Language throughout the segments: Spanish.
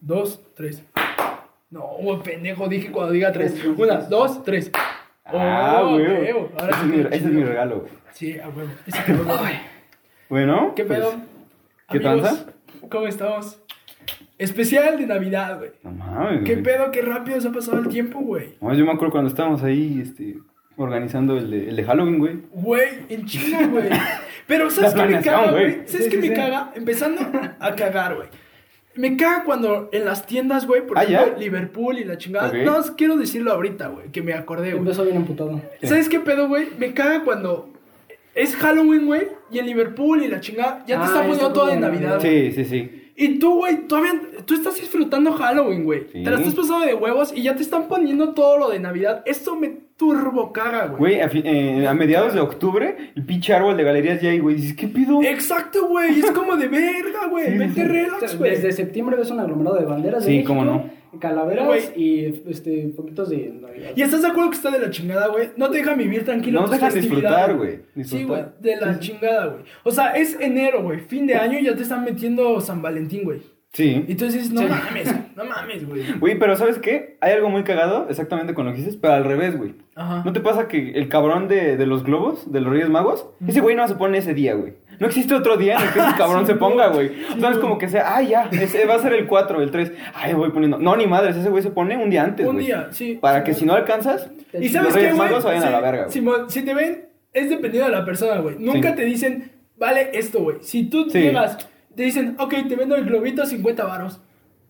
dos, tres. No, güey, pendejo, dije cuando diga tres. Una, dos, tres. Ah, Oh, güey. huevo. Ahora Ese, sí es mi, quedó ese es chido. mi regalo. Sí, a huevo. Ese quedó bueno. Bueno. ¿Qué pues, pedo? ¿qué Amigos, tranza? ¿Cómo estamos? Especial de Navidad, güey. no mames. ¿Qué güey. pedo? Qué rápido se ha pasado el tiempo, güey. No, yo me acuerdo cuando estábamos ahí este, organizando el de, el de Halloween, güey. Güey, en China, güey. Pero ¿sabes La qué me planeación, caga, güey. güey? ¿Sabes Sí, qué sí, me sí. caga? Empezando a cagar, güey. Me caga cuando en las tiendas, güey, por Ah, ejemplo, ¿ya? Liverpool y la chingada. Ok. No, quiero decirlo ahorita, güey, que me acordé, güey. Empezó bien amputado. ¿Sabes qué pedo, güey? Me caga cuando es Halloween, güey, y en Liverpool y la chingada ya te Ah, está ya poniendo está todo de poniendo Navidad. güey. Sí, sí, sí. Y tú, güey, todavía tú estás disfrutando Halloween, güey. Sí. Te la estás pasando de huevos y ya te están poniendo todo lo de Navidad. Esto me turbo caga, güey. Güey, a, fi- eh, a mediados de octubre, el pinche árbol de galerías ya hay, güey. Dices, ¿qué pido? Exacto, güey. Es como de verga, güey. Vete relax, güey. Desde septiembre ves un aglomerado de banderas. de Sí, México, cómo no. Calaveras Güey. y este, poquitos de Navidad. ¿Y estás de acuerdo que está de la chingada, güey? No te dejan vivir tranquilo. No tus te dejan festividades, disfrutar, güey. Sí, güey, Disfrutar. de la chingada, güey. O sea, es enero, güey. Fin de año y ya te están metiendo San Valentín, güey. Y Sí. tú dices, no mames, no mames, güey. Güey, pero ¿sabes qué? Hay algo muy cagado, exactamente con lo que dices, pero al revés, güey. Ajá. ¿No te pasa que el cabrón de, de los globos, de los Reyes Magos, ese güey no se pone ese día, güey? No existe otro día en el que ese cabrón se ponga, güey. o sea, es como que sea, ah, ya, ese va a ser el 4, el 3. Ay, voy poniendo. No, ni madres, ese güey se pone un día antes, Un güey. día, sí. Para Sí, que güey. si no alcanzas, ¿Y los sabes qué, Reyes güey? Magos vayan a Sí, la verga, güey. Simón, si te ven, es dependiendo de la persona, güey. Nunca Sí. te dicen, vale esto, güey. Si tú Sí. llegas, te dicen, ok, te vendo el globito a 50 varos.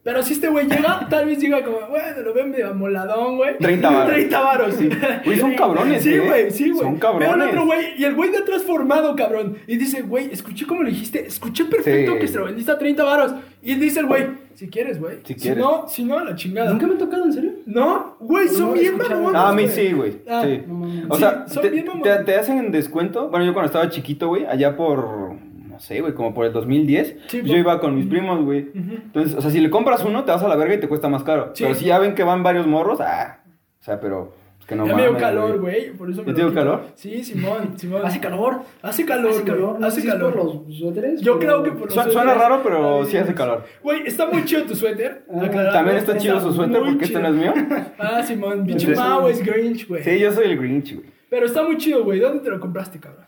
Pero si este güey llega, tal vez llega como, bueno, lo ven medio amoladón, güey. 30 varos. 30 varos. Sí. Güey, son cabrones, Sí, ¿eh? güey, sí, güey. Son cabrones. Pero el otro güey, y el güey de atrás formado, cabrón. Y dice, güey, escuché como le dijiste, escuché perfecto Sí. que se lo vendiste a 30 varos. Y dice el güey, si quieres, güey. Si quieres. no, si no, a la chingada. Nunca me ha tocado, ¿en serio? No, güey, son No, bien escuchaba. mamones. Ah, a mí sí, güey. Ah, sí. no mames. O Sí, sea, son te, bien te- mamones. te hacen descuento. Bueno, yo cuando estaba chiquito, güey, allá por, no sé, güey, como por el 2010, Sí, pues yo por- iba con mis primos, güey. Entonces, o sea, si le compras uno, te vas a la verga y te cuesta más caro. Sí. Pero si ya ven que van varios morros, ah, o sea, pero es que no ya me dio mames, calor, güey, por eso me ¿Ya lo te dio quito. calor? Sí, Simón, Simón. Hace calor. Hace calor, hace calor. güey, no hace sé si es calor. por los suéteres. Yo creo pero- que por los Suena- suena suéteres- raro, pero Ay, sí hace Dios. calor. Güey, está muy chido tu suéter. Ah, aclarando. También está chido su suéter muy porque este no es mío. Ah, Simón, pinche Entonces- Mau es Grinch, güey. Sí, yo soy el Grinch, güey. Pero está muy chido, güey. ¿Dónde te lo compraste, cabrón?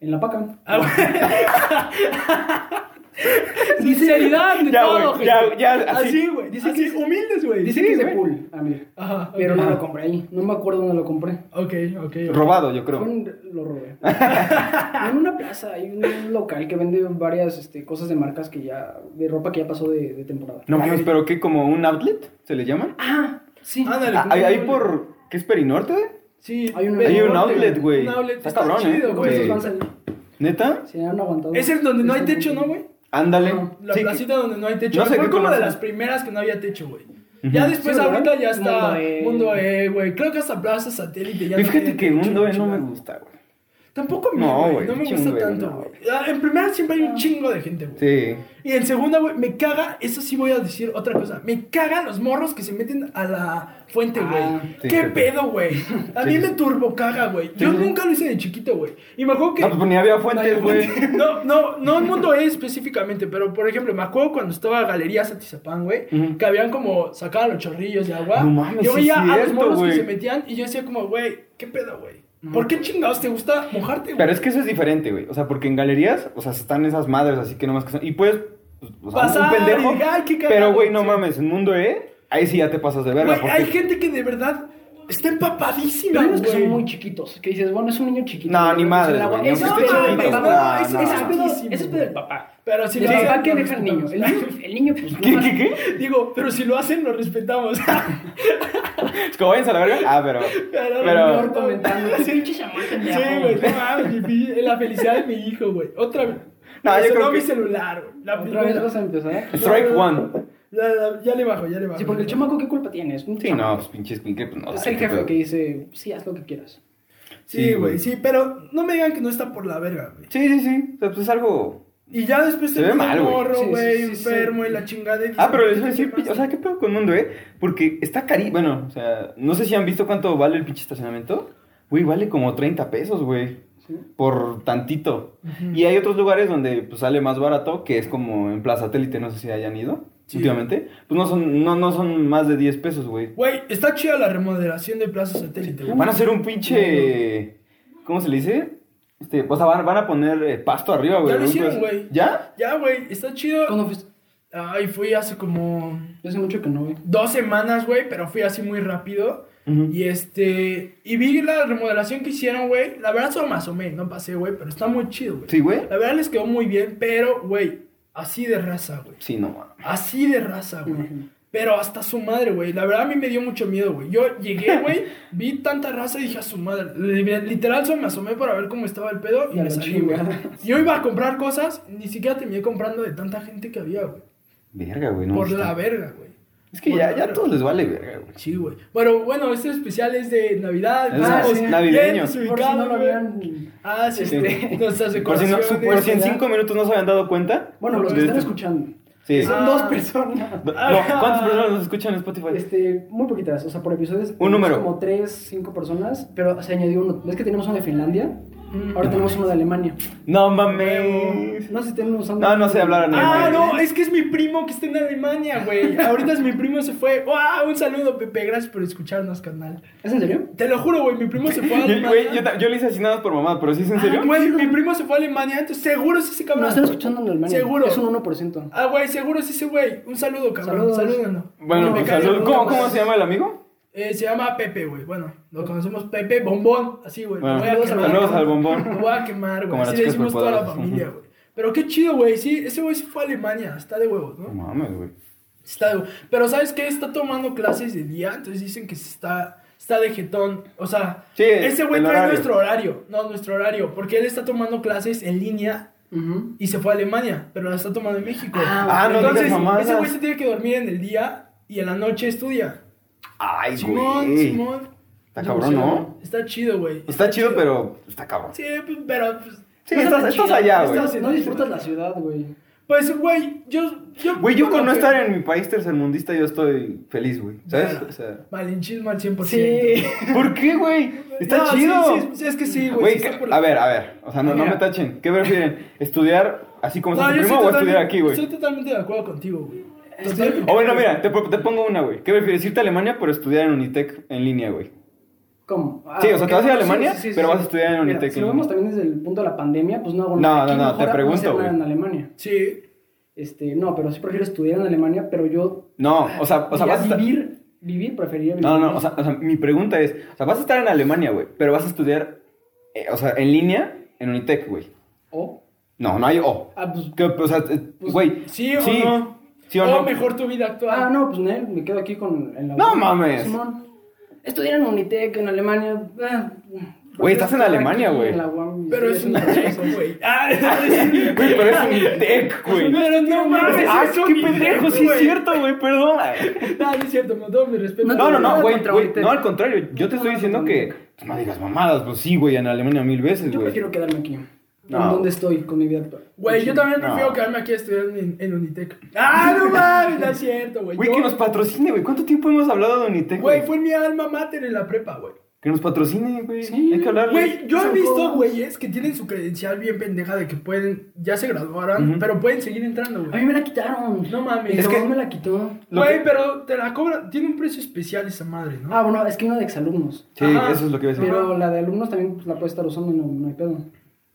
En la paca. Ah, güey. Sinceridad de Ya, todo, güey, ya, gente. ya, así. Así, güey. Dice Así que es. humildes, güey. Dice Sí, que es de güey. pool, Amir. Ajá, ok. Pero no lo compré ahí. No me acuerdo dónde lo compré. Ok, ok. ok. Robado, yo creo. Fue un- lo robé. en una plaza hay un local que vende varias este, cosas de marcas que ya. de ropa que ya pasó de, de temporada. No mames, pero ¿qué? ¿Como un outlet? ¿Se le llama? Ah, sí. Ándale. pues, Ah, Ahí ahí por... ¿Qué es Perinorte? Sí, Hay un- pero- Hay un Norte, outlet, güey. Un outlet. Está Está cabrón, chido, ¿eh? ¿Cómo esos güey. van a salir? ¿Neta? Se han aguantado. Ese es donde no hay Están- techo, ¿no, güey? Ándale. Ajá. La Sí, placita donde no hay techo. No sé Fue qué como de conoce. las primeras que no había techo, güey. Ya después, Sí, ¿verdad? ahorita ya está Mundo E. Mundo E, güey. Creo que hasta Plaza Satélite ya que- no Fíjate tiene que techo, Mundo la eh, no me chingada. gusta, güey. Tampoco a mí, No, güey. güey, No me chingo, gusta güey, tanto, no. güey. Ah, En primera siempre hay un chingo de gente, güey. Sí. Y en segunda, güey, me caga, eso sí voy a decir otra cosa, me cagan los morros que se meten a la fuente, güey. Ah, sí, ¿Qué sí, sí. pedo, güey? A mí Sí, me sí. turbo caga, güey. Yo Sí, sí. nunca lo hice de chiquito, güey. Y me acuerdo que... No, pues ni había fuentes, güey. No, no, no el mundo es específicamente, pero por ejemplo, me acuerdo cuando estaba Galería Atizapán, güey, Ujú. que habían como, sacaban los chorrillos de agua. No mames, yo sí es veía a los cierto, morros güey. que se metían y yo decía como, güey, ¿qué pedo, güey? ¿Por qué chingados te gusta mojarte, güey? Pero es que eso es diferente, güey. O sea, porque en galerías, o sea, están esas madres así que nomás que son. Y puedes. pues, O sea, Pasar un pendejo. y, ay, qué cagado, pero, güey, no sí. mames, en mundo E, ahí sí ya te pasas de verga. Güey, porque- hay gente que de verdad está Pero empapadísima, hay güey. unos que son muy chiquitos, que dices, bueno, es un niño chiquito. No, ni madre, Es el agua- güey, ni Ese es aunque pedo esté del chiquito. papá, No, ese- no, ese es no. pedo- ese es pedo del papá. Pero si El lo papá hacen, que lo deja al niño. respetamos. El niño, el niño pues, ¿Qué, no qué, más- qué? Digo, pero si lo hacen, lo respetamos. Es como váyanse a la verga. Ah, pero. Pero- Señor Pero. comentando, "Qué pinche chamán sí, pendejo, güey, no mames, mi fi- la felicidad de mi hijo, güey. Otra vez. No, Me yo sonó creo que- mi celular, güey. La Otra primera. vez vas a empezar. Strike No, no, one. no. Ya, ya- ya le bajo, ya le bajo. Sí, porque el chamaco, ¿qué culpa tiene? Es un Sí, chamaco. no, pues pinches pinche, pues no. Es ay, el qué jefe pedo. que dice, sí, haz lo que quieras. Sí, güey, sí, pero no me digan que no está por la verga, güey. Sí, sí, sí. O sea, pues es algo. Y ya después Se ve pone mal, un güey. morro, Sí, sí, güey, sí, sí. enfermo y la chingada. y Ah, dice, pero les voy a decir, ¿qué pasa? o sea, ¿qué pedo con Mundo, eh? Porque está cari... Bueno, o sea, no sé si han visto cuánto vale el pinche estacionamiento. Güey, vale como 30 pesos, güey. Por tantito. Y hay otros lugares donde pues, sale más barato, que es como en Plaza Satélite, no sé si hayan ido. Sí. últimamente, pues no son, no, no son más de 10 pesos, güey. Güey, está chida la remodelación de Plaza Satélite, güey. Van a hacer un pinche. ¿Cómo se le dice? Este, o sea, van, van a poner eh, pasto arriba, güey. Ya lo Un hicieron, pedazo- güey. ¿Ya? Ya, güey, está chido. ¿Cuándo fuiste? Ay, fui hace como Yo hace mucho que no, güey. dos semanas, güey, pero fui así muy rápido. Ujú. Y este. Y vi la remodelación que hicieron, güey. La verdad, solo más o menos, no pasé, güey, pero está muy chido, güey. Sí, güey. La verdad les quedó muy bien, pero, güey, así de raza, güey. Sí, no mames. Así de raza, güey. Ujú. Pero hasta su madre, güey. La verdad a mí me dio mucho miedo, güey. Yo llegué, güey, vi tanta raza y dije a su madre. Li- Literal, solo me asomé para ver cómo estaba el pedo y Ya me la salí, güey. chingada. Yo iba a comprar cosas, ni siquiera terminé comprando de tanta gente que había, güey. Verga, güey. No, pues Por está- la verga, güey. Es que Por ya, la ya a verga. todos les vale verga, güey. Sí, güey. Bueno, bueno, este especial es de Navidad. Es estamos más, bien navideño. Por si no desubicados, lo güey. habían... Ah, sí, Sí. este, nuestras Por si, no- decoraciones. por si en ya. cinco minutos no se habían dado cuenta. Bueno, los que de están este- escuchando. Sí. Son Ah. dos personas. No, ¿Cuántas personas nos escuchan en Spotify? Este, muy poquitas, o sea, por episodios. Un número. Como tres, cinco personas, pero se añadió uno. ¿Ves que tenemos uno de Finlandia? Mm. Ahora tenemos uno de Alemania. No mames. No sé si tenemos uno. No, no sé hablar Ah, alemán. eh. no, es que es mi primo que está en Alemania, güey. Ahorita es mi primo, se fue. ¡Wow! Un saludo, Pepe. Gracias por escucharnos, carnal. ¿Es en serio? Te lo juro, güey, mi primo se fue a Yo, Alemania. güey, yo, ta- yo le hice así nada más por mamá, pero sí es en serio. Ah, güey, mi primo se fue a Alemania, entonces seguro es ese cabrón. Nos están escuchando en Alemania. Seguro. Es un 1%. Ah, güey, seguro es ese güey. Un saludo, cabrón. Saludos. Salúdenlo. Bueno, Me pues, cae salud. bien, ¿Cómo, güey. ¿cómo se llama el amigo? Eh, se llama Pepe, güey. Bueno, lo conocemos Pepe Bombón. Así, güey. Bueno, Lo voy a quemar. saludos al bombón. Lo voy a quemar, güey. Como las Así le chicas decimos toda la superpoderosas. familia, güey. Pero qué chido, güey. Sí, ese güey se fue a Alemania. Está de huevos, ¿no? No mames, güey. Está, pero ¿sabes qué? Está tomando clases de día, entonces dicen que se está, está de jetón. O sea, Sí, ese güey el trae horario. nuestro horario, no nuestro horario, porque él está tomando clases en línea Ujú. y se fue a Alemania, pero la está tomando en México. Ah, ah, no entonces, digas mamadas. ese güey se tiene que dormir en el día y en la noche estudia. Ay, Simón, güey. Simón. Está cabrón, ¿no? Está chido, güey. Está chido, pero está cabrón. Sí, pues, pero... pues, Sí, no está estás- tan estás chido. allá, güey. Estás en- No disfrutas la ciudad, güey. Pues, güey, yo... yo- Güey, yo con no creo estar que- en mi país tercermundista, yo estoy feliz, güey. ¿Sabes? Ya. O sea, Malinchismo al 100%. ¿Por qué, güey? Está No, sí, chido. sí, sí, es que sí, güey. Güey, sí está que- por- a ver, a ver. O sea, no, no Mira. me tachen. ¿Qué prefieren? ¿Estudiar así como está No, tu yo primo estoy o estudiar totalmente- aquí, güey? Estoy totalmente de acuerdo contigo, güey. Estoy- Totalmente. O bueno, mira, te, pro- te pongo una, güey. ¿Qué prefieres? ¿Irte a Alemania por estudiar en Unitec en línea, güey? ¿Cómo? Ah, Sí, o sea, te ok. vas a ir a Alemania, pero vas a estudiar en Mira, Unitec. Si lo vemos también desde el punto de la pandemia, pues no hago No, nada. no, Aquí no, te mejor pregunto, hacer nada güey. en Alemania. Sí. Este, no, pero sí prefiero estudiar en Alemania, pero yo. No, o sea, o sea, ya vas a estar... vivir, vivir, preferiría vivir. No, no, o sea, o sea, mi pregunta es, o sea, vas a estar en Alemania, güey, pero vas a estudiar, eh, o sea, en línea en Unitec, güey. O. No, no hay O. Ah, pues. Que, o sea, eh, güey. Pues, Sí o no. Sí o o no. mejor tu vida actual. Ah, no, pues nel, me quedo aquí con. En la No mames. Simón. Estudiar en Unitec, en Alemania. ah, Güey, estás en estudiar Alemania, aquí, güey. en la UAM, Pero sí, es un proceso. checo, güey. Ah, es- Güey, pero es Unitec, güey. Pero no mames, Ah, es qué un pendejo, sí es güey. Ah, cierto, güey, perdón. No, no es cierto, con todo mi respeto. No, No, no, nada no, güey, contra güey, Unitec. no, al contrario, yo te estoy diciendo que pues, no digas mamadas, pues sí, güey, en Alemania mil veces, Yo güey. prefiero quedarme aquí. No. En donde estoy con mi vida actual. Pues, Güey, yo también No. prefiero quedarme aquí a estudiar en, en Unitec. Ah, no mames, no es cierto, güey. Güey, Yo- que nos patrocine, güey. ¿Cuánto tiempo hemos hablado de Unitec? Güey, fue mi alma mater en la prepa, güey. Que nos patrocine, güey. Sí. Hay que hablarle. Güey, yo he Son visto todos. güeyes que tienen su credencial bien pendeja de que pueden, ya se graduaron, Ujú. pero pueden seguir entrando, A güey. mí me la quitaron. No mames. El Es que- cabrón me la quitó. Lo Güey, que- pero te la cobra, tiene un precio especial esa madre, ¿no? Ah, bueno, es que no de exalumnos. Sí, Ajá. eso es lo que iba a decir. Pero la de alumnos también pues, la puede estar usando y no, no hay pedo.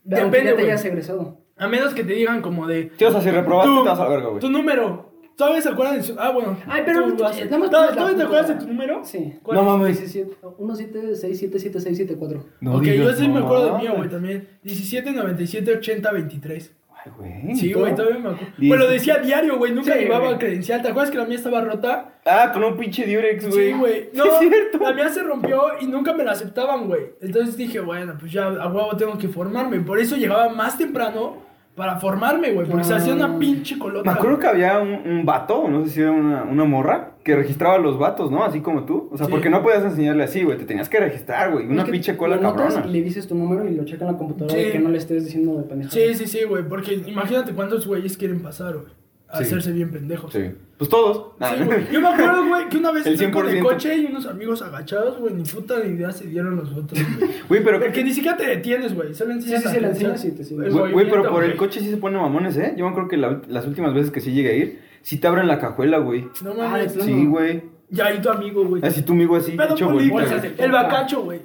Pero Depende, aunque ya te güey. hayas egresado. A menos que te digan como de... Sí, o sea, si reprobaste, Tú, te vas a la verga, güey. Tu número. ¿Todavía se acuerdan de su... Ah, bueno. Ay, pero tú no, vas a- eh, nada más ¿Todavía pones la todavía te puta- acuerdas de tu número? Sí. ¿Cuál No es? mames. 17, 176774674. ok, yo digas sí me acuerdo del mamadas. mío, güey, también. 17, 97, 80, 23. Ay, güey. Sí, güey, todavía me acuerdo. Diez- Pues lo decía diario, güey, nunca Sí, llevaba güey. credencial. ¿Te acuerdas que la mía estaba rota? Ah, con un pinche Durex, güey. Sí, güey. No, es cierto. la mía se rompió y nunca me la aceptaban, güey. Entonces dije, bueno, pues ya a huevo tengo que formarme. Por eso llegaba más temprano para formarme, güey, porque se hacía una pinche colota. Me acuerdo güey. que había un, un vato, no sé si era una, una morra, que registraba a los vatos, ¿no? Así como tú. O sea, Sí. porque no podías enseñarle así, güey. Te tenías que registrar, güey. Una Es que pinche cola lo notas cabrona. y Le dices tu número y lo checa en la computadora Sí. y que no le estés diciendo de pendejo. Sí, sí, sí, güey, porque imagínate cuántos güeyes quieren pasar, güey. a Sí. hacerse bien pendejos. Sí. Pues todos. Nah. Sí, güey. Yo me acuerdo, güey, que una vez El entré con el 100%. coche y unos amigos agachados, güey, ni puta ni idea se dieron los votos. güey. Güey, pero. Porque ni siquiera te detienes, güey. Se le enseñas Sí, sí, a se le pensar. enseñas y te sigues. El Güey, güey, pero movimiento, por el güey. coche sí se ponen mamones, ¿eh? Yo me creo que la- las últimas veces que sí llegué a ir, sí te abren la cajuela, güey. No Ah, mames. de plano. Sí, güey. Ya ahí tu amigo, güey. Así tu amigo así, Pedo hecho político, bolita, güey. güey. El bacacho, güey.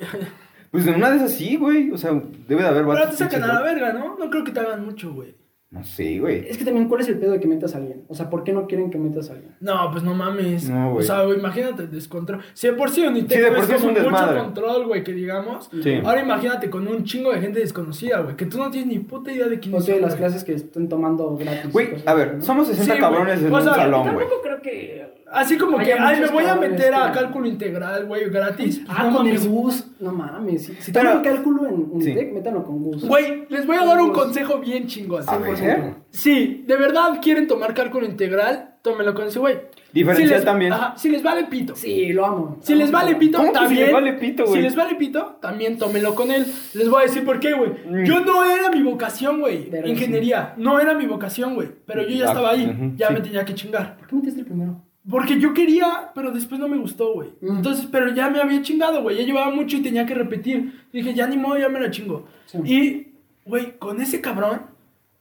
Pues en una de esas sí, güey. O sea, debe de haber Pero te vatos sacan a pinches la verga, ¿no? No creo que te hagan mucho, güey. No sé, güey. Es que también, ¿cuál es el pedo de que metas a alguien? O sea, ¿por qué no quieren que metas a alguien? No, pues no mames. No, güey. O sea, güey, imagínate el descontrol. Si de por sí un Sí, de Nintendo por es sí es como un mucho desmadre. control, güey, que digamos. Sí. Ahora imagínate con un chingo de gente desconocida, güey, que tú no tienes ni puta idea de quién O es. sea, Pues, las clases que están tomando gratis. Güey, cosas a así, ver, ¿no? somos 60 Sí, cabrones güey. Pues en O un sea, salón, güey. Tampoco creo que. Así como Hay que, ay, me muchos voy a cabrones meter a que- cálculo integral, güey, gratis. Pues Ah, no con el mames. bus. No mames. Si, si Pero- tienen cálculo en un Sí. tech, métanlo con bus. Güey, les voy a dar un Pues- consejo bien chingón. A ver. Sí, de verdad quieren tomar cálculo integral, tómenlo con ese güey. Diferencial Si les- también. Ajá, si les vale pito. Sí, lo amo. Si les vale pito, ¿Cómo que si también. les vale pito, güey? Si les vale pito, también tómenlo con él. Les voy a decir por qué, güey. Mm. Yo no era mi vocación, güey. Verga, Ingeniería. No era mi vocación, güey. Pero yo ya Ah, estaba ahí. ujú, ya sí. me tenía que chingar. ¿Por qué metiste el primero? Porque yo quería, pero después no me gustó, güey. Mm. Entonces, pero ya me había chingado, güey. Ya llevaba mucho y tenía que repetir. Dije, ya ni modo, ya me la chingo. Sí. Y, güey, con ese cabrón,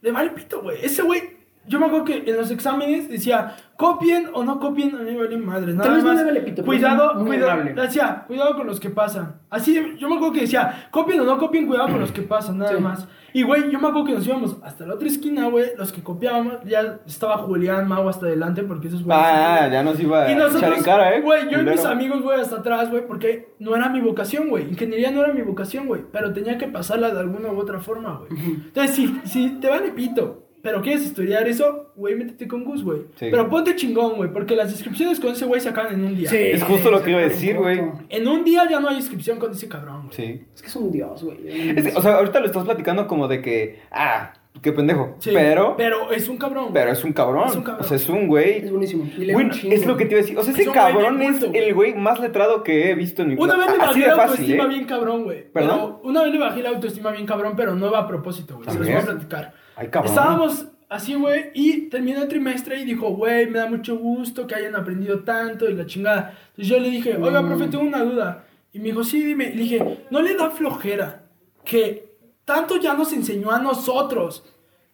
le vale pito, güey. Ese güey, yo me acuerdo que en los exámenes decía, copien o no copien, a mí me vale madre. Nada Tal vez no más, le vale pito, pero es cuidado, muy cuidado. amable. Decía, cuidado con los que pasan. Así, yo me acuerdo que decía, copien o no copien, cuidado con los que pasan, nada Sí. más. Y, güey, yo me acuerdo que nos íbamos hasta la otra esquina, güey. Los que copiábamos, ya estaba Julián Mago hasta adelante, porque esos güeyes. Ah, ya nos iba a Y echar en nosotros, cara, ¿eh? güey, yo y mis culero. amigos, güey, hasta atrás, güey, porque no era mi vocación, güey. Ingeniería no era mi vocación, güey, pero tenía que pasarla de alguna u otra forma, güey. Entonces, si, si te vale pito, pero quieres estudiar eso, güey, métete con Gus, güey. Sí. Pero ponte chingón, güey, porque las inscripciones con ese güey se acaban en un día. Es justo lo que iba a decir, güey. En un día ya no hay inscripción con ese cabrón, güey. Sí. Es que es un dios, güey. Es que, o sea, ahorita lo estás platicando como de que, ah, qué pendejo. Pero, Pero es un cabrón. pero es un cabrón. Es un cabrón. O sea, es un güey. Es buenísimo. Y lee Güey, un chingo. es lo que te iba a decir. O sea, Es ese un güey cabrón bien es culto, güey. el güey más letrado que he visto en mi Una vez le vida. Así bajé de la fácil, autoestima ¿eh? bien cabrón, güey. ¿Perdón? Pero una vez le bajé la autoestima bien cabrón, pero no va a propósito, güey. Se los voy a También. platicar. Ay, cabrón. Estábamos así, güey, y terminó el trimestre y dijo, güey, me da mucho gusto que hayan aprendido tanto y la chingada. Entonces yo le dije, Mm. oiga, profe, tengo una duda. Y me dijo, sí, dime. Y le dije, ¿no le da flojera que tanto ya nos enseñó a nosotros?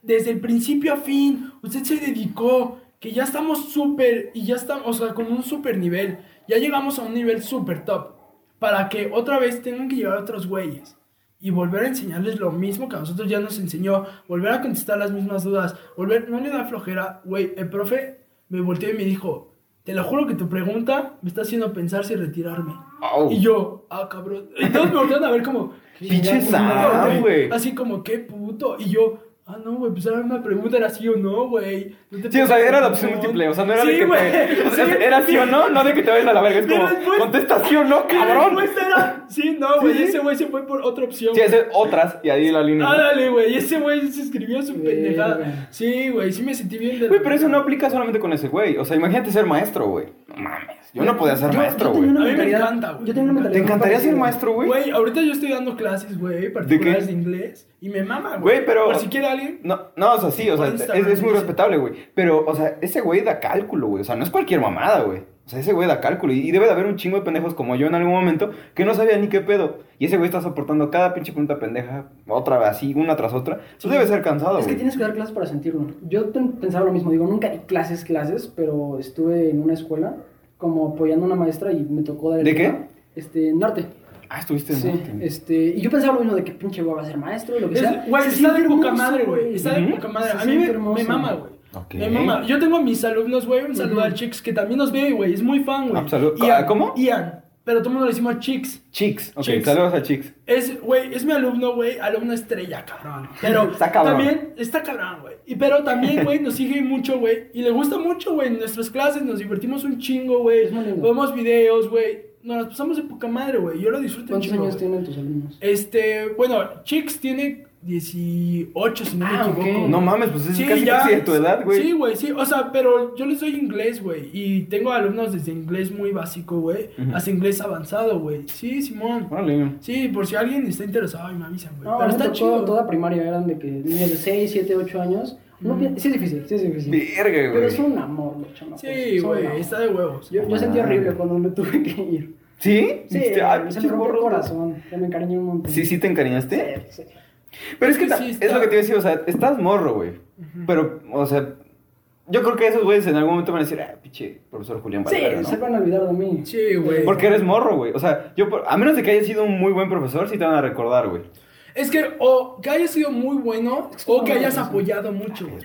Desde el principio a fin, usted se dedicó, que ya estamos súper, y ya estamos, o sea, con un súper nivel. Ya llegamos a un nivel súper top. Para que otra vez tengan que llegar otros güeyes y volver a enseñarles lo mismo que a nosotros ya nos enseñó, volver a contestar las mismas dudas, volver, no le da flojera, güey, el profe me volteó y me dijo, te lo juro que tu pregunta me está haciendo pensar si retirarme. Au. Y yo, ah, cabrón. Y todos me voltearon a ver como, "¿Qué Pinche puto, Sam, güey?". güey. Así como, qué puto. Y yo, ah, no, güey, pues era una pregunta, era sí o no, güey. No te Sí, o sea, pongas era la mamón". opción múltiple, o sea, no era de Sí, que güey, te... o sea, sí, era sí o no, no de que te vayas a la verga, es Mi como, respuesta- contestación, ¿no, Mi cabrón? respuesta era, sí, no, güey, Sí. ese güey se fue por otra opción. Sí, güey. hacer otras, y ahí la línea. Ah, dale, güey. Ese güey se escribió su Verga. pendejada. Sí, güey. Sí me sentí bien. de- Güey, pero eso no aplica solamente con ese güey, o sea, imagínate ser maestro, güey. No mames, yo no podía ser Yo- maestro, yo tenía güey. una A mí me mentalidad- encanta, güey. Yo tenía una Me ¿Te mentalidad. encantaría ser parecida. maestro, güey? Güey, ahorita yo estoy dando clases, güey, particulares de, inglés. Y me mama, güey. Güey, pero- Por si quiere alguien. No, no, o sea, sí, o sea, es, Instagram, es muy sí. respetable, güey. Pero, o sea, ese güey da cálculo, güey. O sea, no es cualquier mamada, güey. O sea, ese güey da cálculo. Y, y debe de haber un chingo de pendejos como yo en algún momento que no sabía ni qué pedo. Y ese güey está soportando cada pinche punta pendeja, otra vez así, una tras otra. Eso debe ser cansado, Es que güey. tienes que dar clases para sentirlo. Yo ten- pensaba lo mismo, digo, nunca di clases, clases, pero estuve en una escuela como apoyando a una maestra y me tocó dar el ¿De qué? tema. Este, norte. Ah, estuviste en Sí, Austin. este, y yo pensaba lo mismo de que pinche güey va a ser maestro, lo que sea. Es- Güey, Se está siente de poca hermoso, madre, güey. Está de Ujú. poca madre. Se A mí me, siente hermoso. me mama, güey. Ok. Me mama. Yo tengo a mis alumnos, güey. Un saludo Ujú. al Chicks que también nos ve, güey. Es muy fan, güey. Ah, pues, saludo. Ian, ¿Cómo? Ian. Pero todo el mundo le decimos Chicks. Chicks. Ok, Chicks. saludos a Chicks. Es, güey, es mi alumno, güey, alumno estrella, cabrón. Pero Está cabrón. también está cabrón, güey. Y pero también, güey, nos sigue mucho, güey, y le gusta mucho, güey, en nuestras clases nos divertimos un chingo, güey. Es muy lindo. Vemos videos, güey. Nos las pasamos de poca madre, güey. Yo lo disfruto un ¿Cuántos chingo. años güey. tienen tus alumnos? Este, bueno, Chicks tiene 18, si no me Ah, ok. equivoco. No mames, pues es casi casi de tu edad, güey. Sí, güey, sí. O sea, pero yo les doy inglés, güey. Y tengo alumnos desde inglés muy básico, güey, Ujú. hasta inglés avanzado, güey. Sí, Simón. Órale. Sí, por si alguien está interesado y me avisan, güey. No, pero me está tocó chido. toda primaria, eran de que niños de 6, 7, 8 años. No, pi- sí es difícil, sí es difícil. Verga, Pero güey. es un amor los chamacos. Sí, son un güey, amor. está de huevos. Yo, yo sentí Ah. horrible cuando me tuve que ir. ¿Sí? Sí, Dijiste, "Ay, se pinches me rompió el morros". corazón. Ya me encariñé un montón. Sí, sí, te encariñaste. Sí, sí. Pero es que Sí, ta- sí, es está- lo que te iba a decir, o sea, estás morro, güey. Pero, o sea, yo creo que esos güeyes en algún momento van a decir, ah, pinche profesor Julián Sí, Valera, ¿no?" se van a olvidar de mí. Sí, güey. Porque eres morro, güey. O sea, yo, por- a menos de que hayas sido un muy buen profesor, sí te van a recordar, güey. Es que o que hayas sido muy bueno o que hayas apoyado mucho, güey.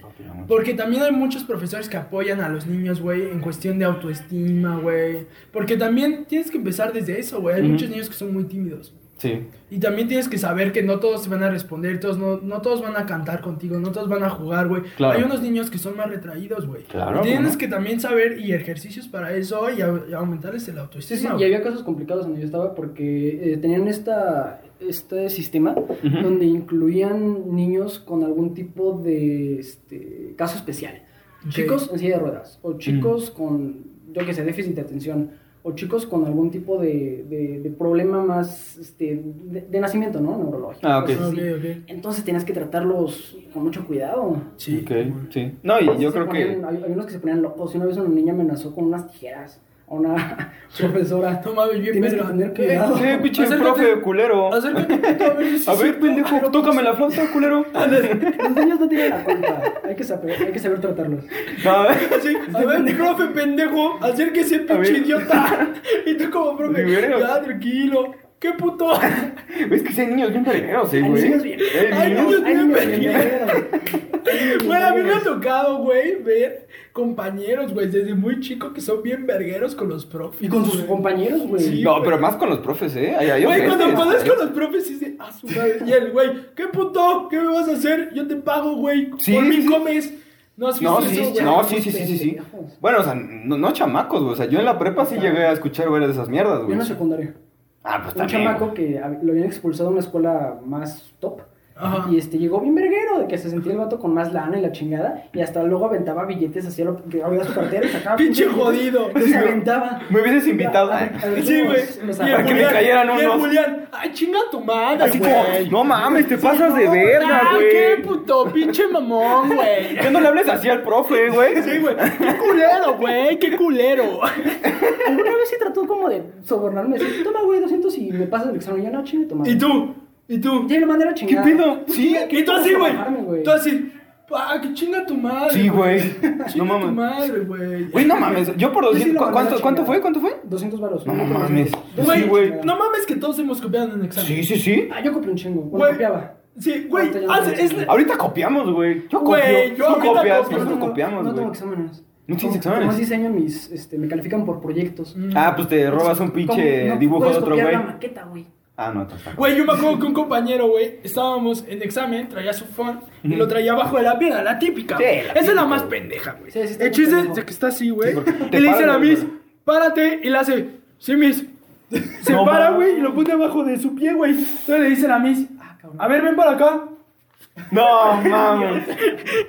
Porque también hay muchos profesores que apoyan a los niños, güey, en cuestión de autoestima, güey. Porque también tienes que empezar desde eso, güey. Hay Ujú. muchos niños que son muy tímidos. Sí. Y también tienes que saber que no todos te van a responder, todos no, no todos van a cantar contigo, no todos van a jugar, güey. Claro. Hay unos niños que son más retraídos, güey. Claro, Y tienes ¿no? que también saber y ejercicios para eso y, au- y aumentarles el Sí, autoestima. sí, y güey. había casos complicados donde yo estaba porque eh, tenían esta, este sistema donde incluían niños con algún tipo de este, caso especial. Ok. Chicos en silla de ruedas, o chicos Mm. con, yo qué sé, déficit de atención, o chicos con algún tipo de, de- de problema más este, de, de nacimiento, ¿no? Neurológico. Ah, ok. cosas Ah, así. ok, ok. Entonces tenías que tratarlos con mucho cuidado. Sí. Ok, sí. No, y yo Se creo que... ponían- Hay, hay unos que se ponían locos. y Una vez una niña amenazó con unas tijeras a una profesora. Ah, No mames, bien Tienes que verga. tener Eh, cuidado. Sí, pinche Acércate. profe culero. Acércate un poquito a ver si A sí- pues- ver, pendejo, tócame la flauta, culero. Los niños no tienen la culpa. Hay que saber, hay que saber tratarlos. No, a ver. Sí, a ver, profe, pendejo, acérquese, pinche ver. idiota. Y tú como profe, Ni verga. ya, tranquilo. ¿Qué puto? Es que sí hay niños bien vergueros, eh, Hay güey. niños bien- Hay niños Ay, bien niños, vergueros. bienvenidos. Güey, a mí me ha tocado, güey, ver compañeros, güey, desde muy chico que son bien vergueros con los profes. Y con sus güey. compañeros, güey. Sí. No, pero más con los profes, eh. Hay, hay Güey, cuando ojetes. pones con los profes, dice, ah, su madre. Y el güey, ¿qué puto? ¿Qué me vas a hacer? Yo te pago, güey. Sí, Por mí sí. comes. No, has No, visto sí, eso, güey? no, sí, sí, sí, sí, sí. Bueno, o sea, no, no chamacos, güey. O sea, yo en la prepa sí llegué a escuchar varias de esas mierdas, Yo en güey. la secundaria. Ah, pues Un también. chamaco güey. que hab- lo habían expulsado de una escuela más top. Ajá. Y este llegó bien verguero, de que se sentía el vato con más lana y la chingada. Y hasta luego aventaba billetes hacia lo que abría su cartera y sacaba. Pinche billetes, jodido. y Se aventaba. Me hubieses invitado. A ver, a ver, Sí, güey. los- los Y el Para que me Julián, cayeran y el unos. Julián, ay, chinga tu madre, Así como, güey. no mames, te pasas de Ah, verga, qué güey. puto pinche mamón, güey. Que no le hables así al profe, güey. Sí, güey. Qué culero, güey. Qué culero. Alguna vez se trató como de sobornarme. Decir, toma, güey, 200 y me pasas el examen. Yo no, chingue tu madre. ¿Y tú? ¿Y tú? Ya le mandé la ¿Qué chingada. pedo? Sí. Y tú así, Bajarme, güey. güey. Tú así. Pa, que chinga tu madre. Sí, güey. Chinga No tu mames. madre, güey. Güey, no mames. Yo por Yo sí 200. lo ¿cu- mandé a ¿Cuánto, la ¿Cuánto chingada. fue? ¿Cuánto fue? 200 varos. No Yo creo que mames. 200. Sí, Güey, güey. no mames que todos hemos copiado en el examen. Sí, sí, sí. Ah, yo compré un chingo. Bueno, Güey. copiaba. Sí, güey. Ahorita ya no hace- tengo es- examen. Ahorita copiamos, güey. Yo Güey, copio. yo Tú ahorita copias, copio. Pero nosotros no tengo- copiamos, No tengo güey. exámenes. ¿No tienes Como- exámenes? Como diseño, mis, este, me califican por proyectos. Ah, pues te robas un pinche Como- no dibujo puedes de otro copiar güey. la maqueta, güey. Ah, no, está- está- Güey, yo me acuerdo que un compañero, güey, estábamos en examen, traía su phone y lo traía abajo de la pierna, la típica. Sí, güey. la Esa es típica, la más güey. pendeja, güey. Sí, sí, está El muy chiste pendejo. es que está así, güey. Sí, porque te y le dice a paran, la güey. Miss, párate, y le hace, sí, Miss. Se No para, mames. güey, y lo pone abajo de su pie, güey. Entonces le dice a la Miss, Ah, a ver, ven para acá. No, mames.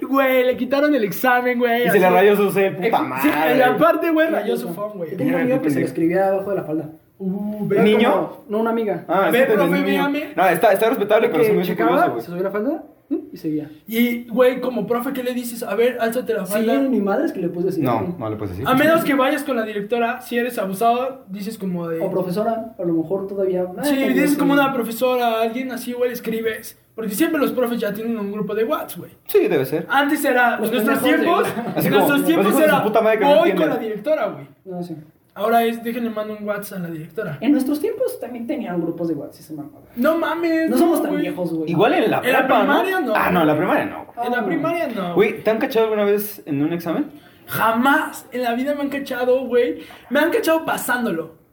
Güey, le quitaron el examen, güey. Y se así. le rayó su cel, puta Sí, y madre. aparte, güey, rayó su phone, güey. Yo tenía un amigo que se lo escribía abajo de la falda. Uh, Era ve. Niño. como- No, una amiga. Ah, Ve, sí, pero profe, es mío. véame. No, está, está respetable, pero Que se me hizo checaba, curioso, se subía a la falda mm, y seguía. Y, güey, como profe, ¿qué le dices? A ver, álzate la Sí, falda. ni madres que le puse así. güey. No, no le puedes decir. A menos que vayas con la directora, si eres abusado, dices como de... O profesora, a lo mejor todavía. ah, Sí, como dices este- como una profesora, alguien así, güey, escribes. Porque siempre los profes ya tienen un grupo de WhatsApp, güey. Sí, debe ser. Antes era, Los en nuestros tiempos, pendejos de- Así en como, nuestros los tiempos hijos de su era, puta madre que no voy entienden. con la directora, güey. No, sí. Ahora es, déjenle mando un WhatsApp a la directora. En nuestros tiempos también tenían grupos de WhatsApp, se mamaba. No mames. No somos tan güey. viejos, güey. Igual en la En la prepa, primaria, no. Ah, no, en la primaria no. güey. En la Oh. primaria no. Güey, ¿te han cachado alguna vez en un examen? Jamás en la vida me han cachado, güey. Me han cachado pasándolo.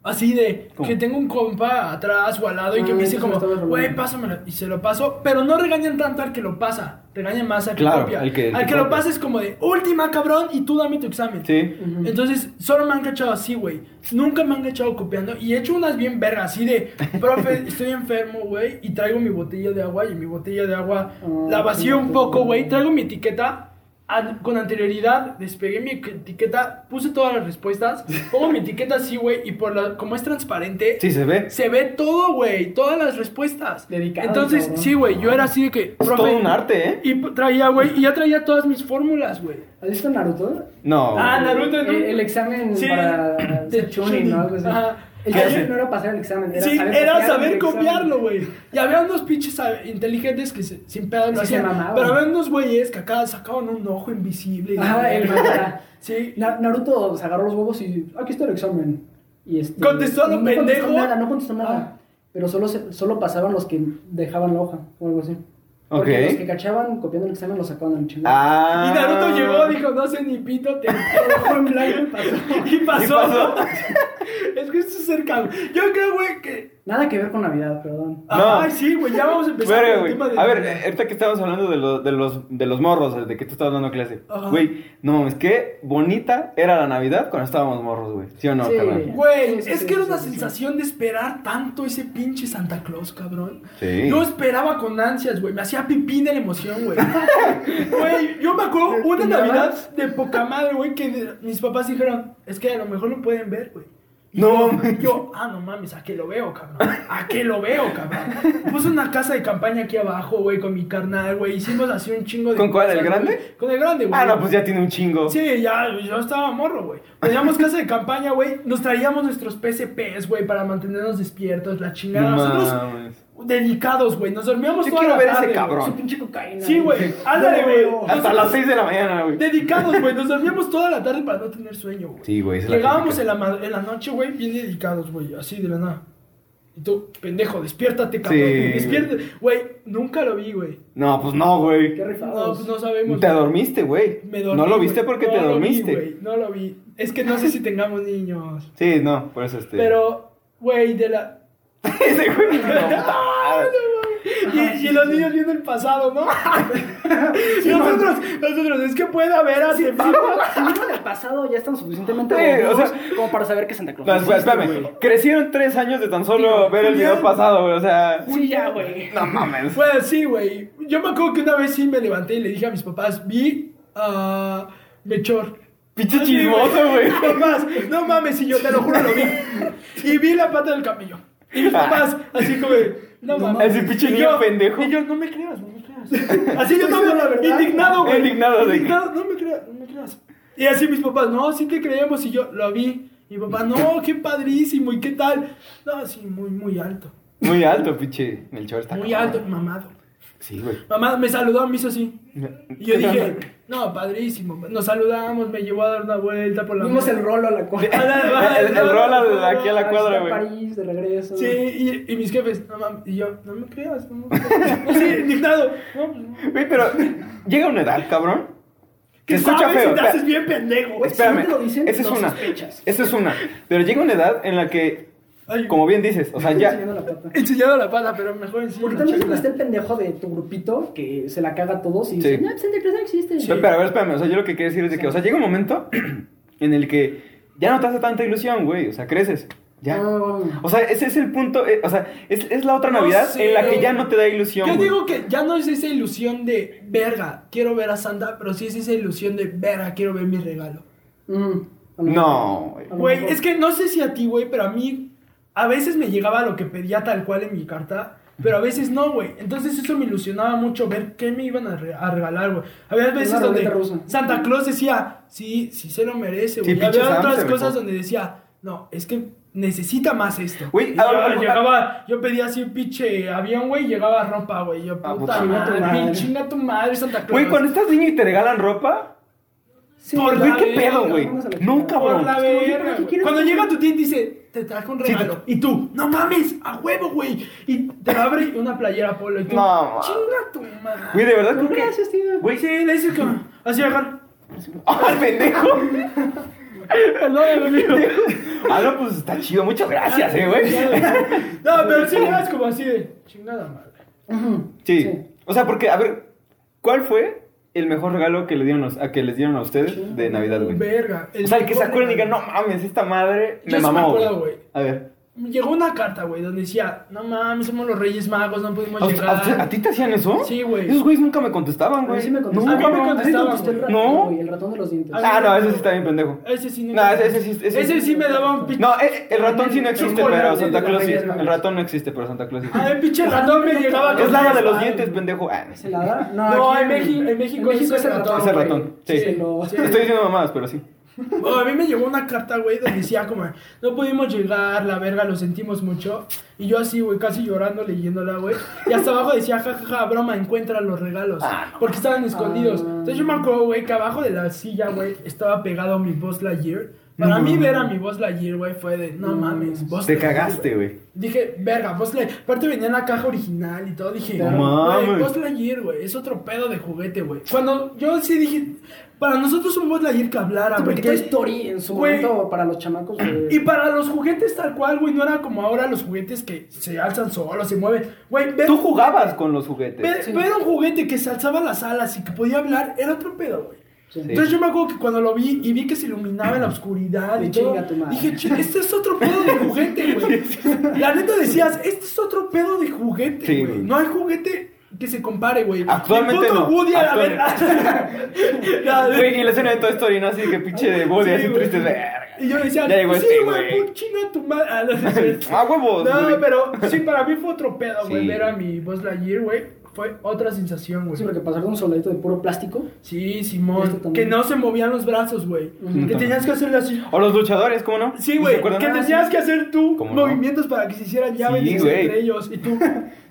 Así de ¿Cómo? que tengo un compa atrás o al lado y que Ah, me dice entonces como, me estabas robando. güey, pásamelo. Y se lo paso, pero no regañan tanto al que lo pasa. Regañan más al que Claro, copia. al que- al que lo copia. pasa es como de, última cabrón, y tú dame tu examen. Sí. Entonces, solo me han cachado así, güey. Nunca me han cachado copiando. Y he hecho unas bien vergas, así de, profe, estoy enfermo, güey. Y traigo mi botella de agua. Y mi botella de agua Ah, la vacío sí, un sí. poco, güey. Traigo mi etiqueta. an- con anterioridad despegué mi etiqueta, puse todas las respuestas, pongo mi etiqueta así, güey, y por la, como es transparente, Sí, se ve. se ve todo, güey, todas las respuestas. Dedicado, Entonces, cabrón. sí, güey, yo era así de que, Es todo un arte, ¿eh? y p- traía, güey, y ya traía todas mis fórmulas, güey. ¿Has visto Naruto? No. Ah, Naruto, ¿no? El, el examen Sí, para de ser Chunin, ¿no? Algo así. Ajá. El ¿Qué examen hace? no era pasar el examen, era Sí, saber era copiar saber el examen. copiarlo, güey. Y había unos pinches ah, inteligentes que se- sin pedo lo Sí, se hacían. mamaban. Pero había unos güeyes que acá sacaban un ojo invisible. y- Ah, el manga. Sí. Na- Naruto se agarró los huevos y "Ah, aquí está el examen. Y este, Contestó a lo no pendejo. Contestó nada, no contestó nada. Ah. Pero solo, se- solo pasaban los que dejaban la hoja o algo así. Porque Ok. los que cachaban copiando el examen lo sacaban al chingado. Ah. Y Naruto llegó, dijo, no sé ni pito, te ojo en blanco y pasó. Y pasó. pasó. es que esto es ser cabrón. Yo creo, güey, que. ah, Nada que ver con Navidad, perdón. No. Ay, sí, güey, ya vamos a empezar Verga, con el tema güey. de. A ver, eh, ahorita que estábamos hablando de, lo- de los, de los morros, de que tú estabas dando clase. Ajá. Güey, no mames, qué bonita era la Navidad cuando estábamos morros, güey. ¿Sí o no, Sí. carnal? Güey, Sí, sí, es sí, que era sí, una sí, sí. sensación de esperar tanto ese pinche Santa Claus, cabrón. Sí. Yo esperaba con ansias, güey. Me hacía pipí de la emoción, güey. Güey, yo me acuerdo una ¿Te dabas? Navidad de poca madre, güey, que de- mis papás dijeron, es que a lo mejor lo pueden ver, güey. Y No, yo- mames. Yo, ah, no mames, ¿a qué lo veo, cabrón? ¿A qué lo veo, cabrón? Puse una casa de campaña aquí abajo, güey, con mi carnal, güey. Hicimos así un chingo de... ¿Con cuál, el cosas, grande? güey. Con el grande, güey. Ah, no, pues ya tiene un chingo. Sí, ya, yo estaba morro, güey. Teníamos casa de campaña, güey. Nos traíamos nuestros PSPs, güey, para mantenernos despiertos, la chingada. No Nosotros, mames. dedicados, güey. Nos dormíamos Yo toda quiero la ver a ese tarde, güey. cabrón. Su pinche cocaína. Sí, güey. Ándale, Yo güey. veo. Hasta Nosotros- las 6 de la mañana, güey. Dedicados, güey. Nos dormíamos toda la tarde para no tener sueño, güey. Sí, güey, esa es la Llegábamos en típica. la, ma- en la noche, güey, bien dedicados, güey. Así de la nada. Y tú, pendejo, despiértate, cabrón. Sí. Despiértate. Güey, nunca lo vi, güey. No, pues no, güey. Qué No, rifados. pues no sabemos. Te dormiste, güey. Me dormí, No lo güey. viste porque No te lo vi, dormiste. güey, no lo vi. Es que no sé si tengamos niños. sí, no, por eso este. Pero, güey, de la. Ese güey, no. Y, y los niños viendo el pasado, ¿no? y nosotros, nosotros, es que puede haber así. Si vieron el pasado, ya están suficientemente Sí, o boludos sea- como para saber que Santa Claus. No, existe, espera, espérame. güey. Crecieron tres años de tan solo ver el video Julián. pasado, güey. O sea. Sí, ya, güey. No mames. Pues sí, güey. Yo me acuerdo que una vez sí me levanté y le dije a mis papás, vi a Mechor. Pinche Así, chismoso, güey. Papás, no mames, y yo te lo juro, lo vi. Y vi la pata del camello. Y mis papás, así como, de, no No mames. mames. Ah. Ese pinche Y niño yo- pendejo. Y yo, no me creas, no me creas. Así yo Estoy estaba diciendo la verdad. indignado, güey. Indignado, de que- Indignado, no me creas, no me creas. Y así mis papás, no, sí te creemos. Y yo, lo vi. Y mi papá, no, qué padrísimo, ¿y qué tal? No, sí, muy, muy alto. Muy alto, pinche. El chaval está. Muy cabrón. alto, mamado. Sí, güey. Mamá me saludó, me hizo así. Y yo dije, no, padrísimo. Nos saludamos, me llevó a dar una vuelta por la. Vimos el rolo a la A cuadra. la- a la- El- el rol al- aquí a la Ah, cuadra, está güey. París, de regreso. Sí, y, y mis jefes, no mames. Y yo, no me creas, no me creas. Sí, indignado. No, pues, no. Güey, pero llega una edad, cabrón. Que Se escucha sabes feo. y te espera. haces bien pendejo. Güey, si Espérame, no te lo dicen, esa es lo una. sospechas. Esa es una. Pero llega una edad en la que, Ay, como bien dices, o sea, ya. Enseñando la pata. Enseñado la pata, pero mejor enseñado. Porque también siempre está el pendejo de tu grupito que se la caga a todos y Sí. dice, no, pues Santa Claus no existe. Sí. Pero, pero, a ver, espérame, o sea, yo lo que quiero decir es de que, o sea, llega un momento en el que ya no te hace tanta ilusión, güey, o sea, creces, ya. Ah. O sea, ese es el punto, eh, o sea, es, es la otra No Navidad sé. en la que ya no te da ilusión. Yo güey. digo que ya no es esa ilusión de verga, quiero ver a Santa, pero sí es esa ilusión de verga, quiero ver mi regalo. Mm, a No, lo mejor. güey. A lo Güey, mejor. es que no sé si a ti, güey, pero a mí a veces me llegaba lo que pedía tal cual en mi carta, pero a veces no, güey. Entonces eso me ilusionaba mucho ver qué me iban a, re- a regalar, güey. Había veces Una donde ruleta rusa. Santa Claus decía, sí, sí se lo merece, Sí, güey. Y pinche había Sam otras se rifó. cosas donde decía, no, es que necesita más esto. Güey, Y a- yo, a- llegaba, yo pedía así un pinche avión, güey, y llegaba ropa, güey. Yo, Ah, puta puta madre, madre. chinga tu madre, Santa Claus. Güey, cuando estás niño y te regalan ropa, Sí, por la güey, qué verga, pedo, güey. vámonos a la No, chingada. Por cabrón. la Es como, verga, ¿para qué güey. quieres Cuando hacer- llega tu tía y te dice, te trajo un Sí, regalo. te- Y tú, no mames, a huevo, güey. Y te abre una playera polo. Y tú, No, ma. chinga tu madre. Güey, de verdad, creo ¿Por que. qué haces, tío? Güey, Sí, le dices que así agarra. ¡Ah, pendejo! Perdón, amigo. Ah, no, pues está chido, muchas gracias, eh, güey. No, pero sí le das como así de, chingada madre. Ujú, Sí. O sea, porque, a ver, ¿cuál fue el mejor regalo que le dieron a, a que les dieron a ustedes de Navidad, güey? Verga. O sea, el que se mejor acuerden y digan, regalo. no mames, esta madre me Yo sí me mamó. acuerdo, güey. güey. A ver. llegó una carta, güey, donde decía, no mames, somos los Reyes Magos, no pudimos ¿A, llegar. a- a ti te hacían eso? Sí, güey. Esos güeyes nunca me contestaban, A mí güey. sí me contestó. A mí Nunca me me contestaban. contestaban. el ratón, No. güey, el ratón de los dientes. A mí- Ah, no, ese sí está bien pendejo. Ese sí No, ese, ese sí. Ese, Ese sí me daba un pinche. No, eh, el ratón sí no existe, Tengo pero el- Santa el- Claus sí. el- el- El ratón no existe, pero Santa Claus sí. Ah, el pinche ratón me llegaba Es con la un de los espal- dientes, pendejo. Ah, no sé. ¿Se la da? No, aquí en México- en México es el ratón. Es el ratón, güey. sí. Se lo- Sí. Estoy diciendo mamadas, pero sí. Bueno, a mí me llegó una carta, güey, donde decía como, no pudimos llegar, la verga, lo sentimos mucho. Y yo así, güey, casi llorando, leyéndola, güey. Y hasta abajo decía, jajaja, broma, encuentra los regalos. Ah, Porque estaban escondidos. Ah. Entonces yo me acuerdo, güey, que abajo de la silla, güey, estaba pegado mi Buzz Lightyear. Para No. mí ver a mi Buzz Lightyear, güey, fue de, no mames, Buzz Te Lightyear, cagaste, güey. Dije, verga, Buzz Lightyear. Aparte venía en la caja original y todo. Dije, No güey, mames. Buzz Lightyear, güey. Es otro pedo de juguete, güey. Cuando yo sí dije, para nosotros un Buzz Lightyear que hablara, güey. Porque Toy que- Story en su Güey. momento para los chamacos, güey. Y para los juguetes tal cual, güey. No era como ahora los juguetes que se alzan solos, se mueven. Güey, ver, Tú jugabas con los juguetes. ver- Sí. ver un juguete que se alzaba las alas y que podía hablar era otro pedo, güey. Sí. Entonces yo me acuerdo que cuando lo vi y vi que se iluminaba en la oscuridad y Y todo, chinga tu madre. dije, "Ch- este es otro pedo de juguete, güey. La neta decías, este es otro pedo de juguete, Sí, güey. güey. No hay juguete que se compare, güey. Actualmente El puto no. Woody a la Actualmente. verga. La- Güey, y la escena de Toy Story, ¿no? Así que pinche de body, Sí, así güey. triste. verga. Y yo decía, Ya llegó sí, este, güey, güey. put chinga tu madre. Ah, no, no es cierto. Ah, huevos, güey. No, pero sí, para mí fue otro pedo, güey. Sí. Ver a mi Buzz Lightyear, güey, fue otra sensación, güey. Sí, porque pasar de un soldadito de puro plástico. Sí, Esto Simón. Que también. no se movían los brazos, güey. Ujú. Que tenías que hacerle así. O los luchadores, ¿cómo no? Sí, ¿No se güey. acuerdan? Que Ah, tenías que hacer tú ¿Cómo no? movimientos para que se hicieran llaves güey. entre ellos. Y tú.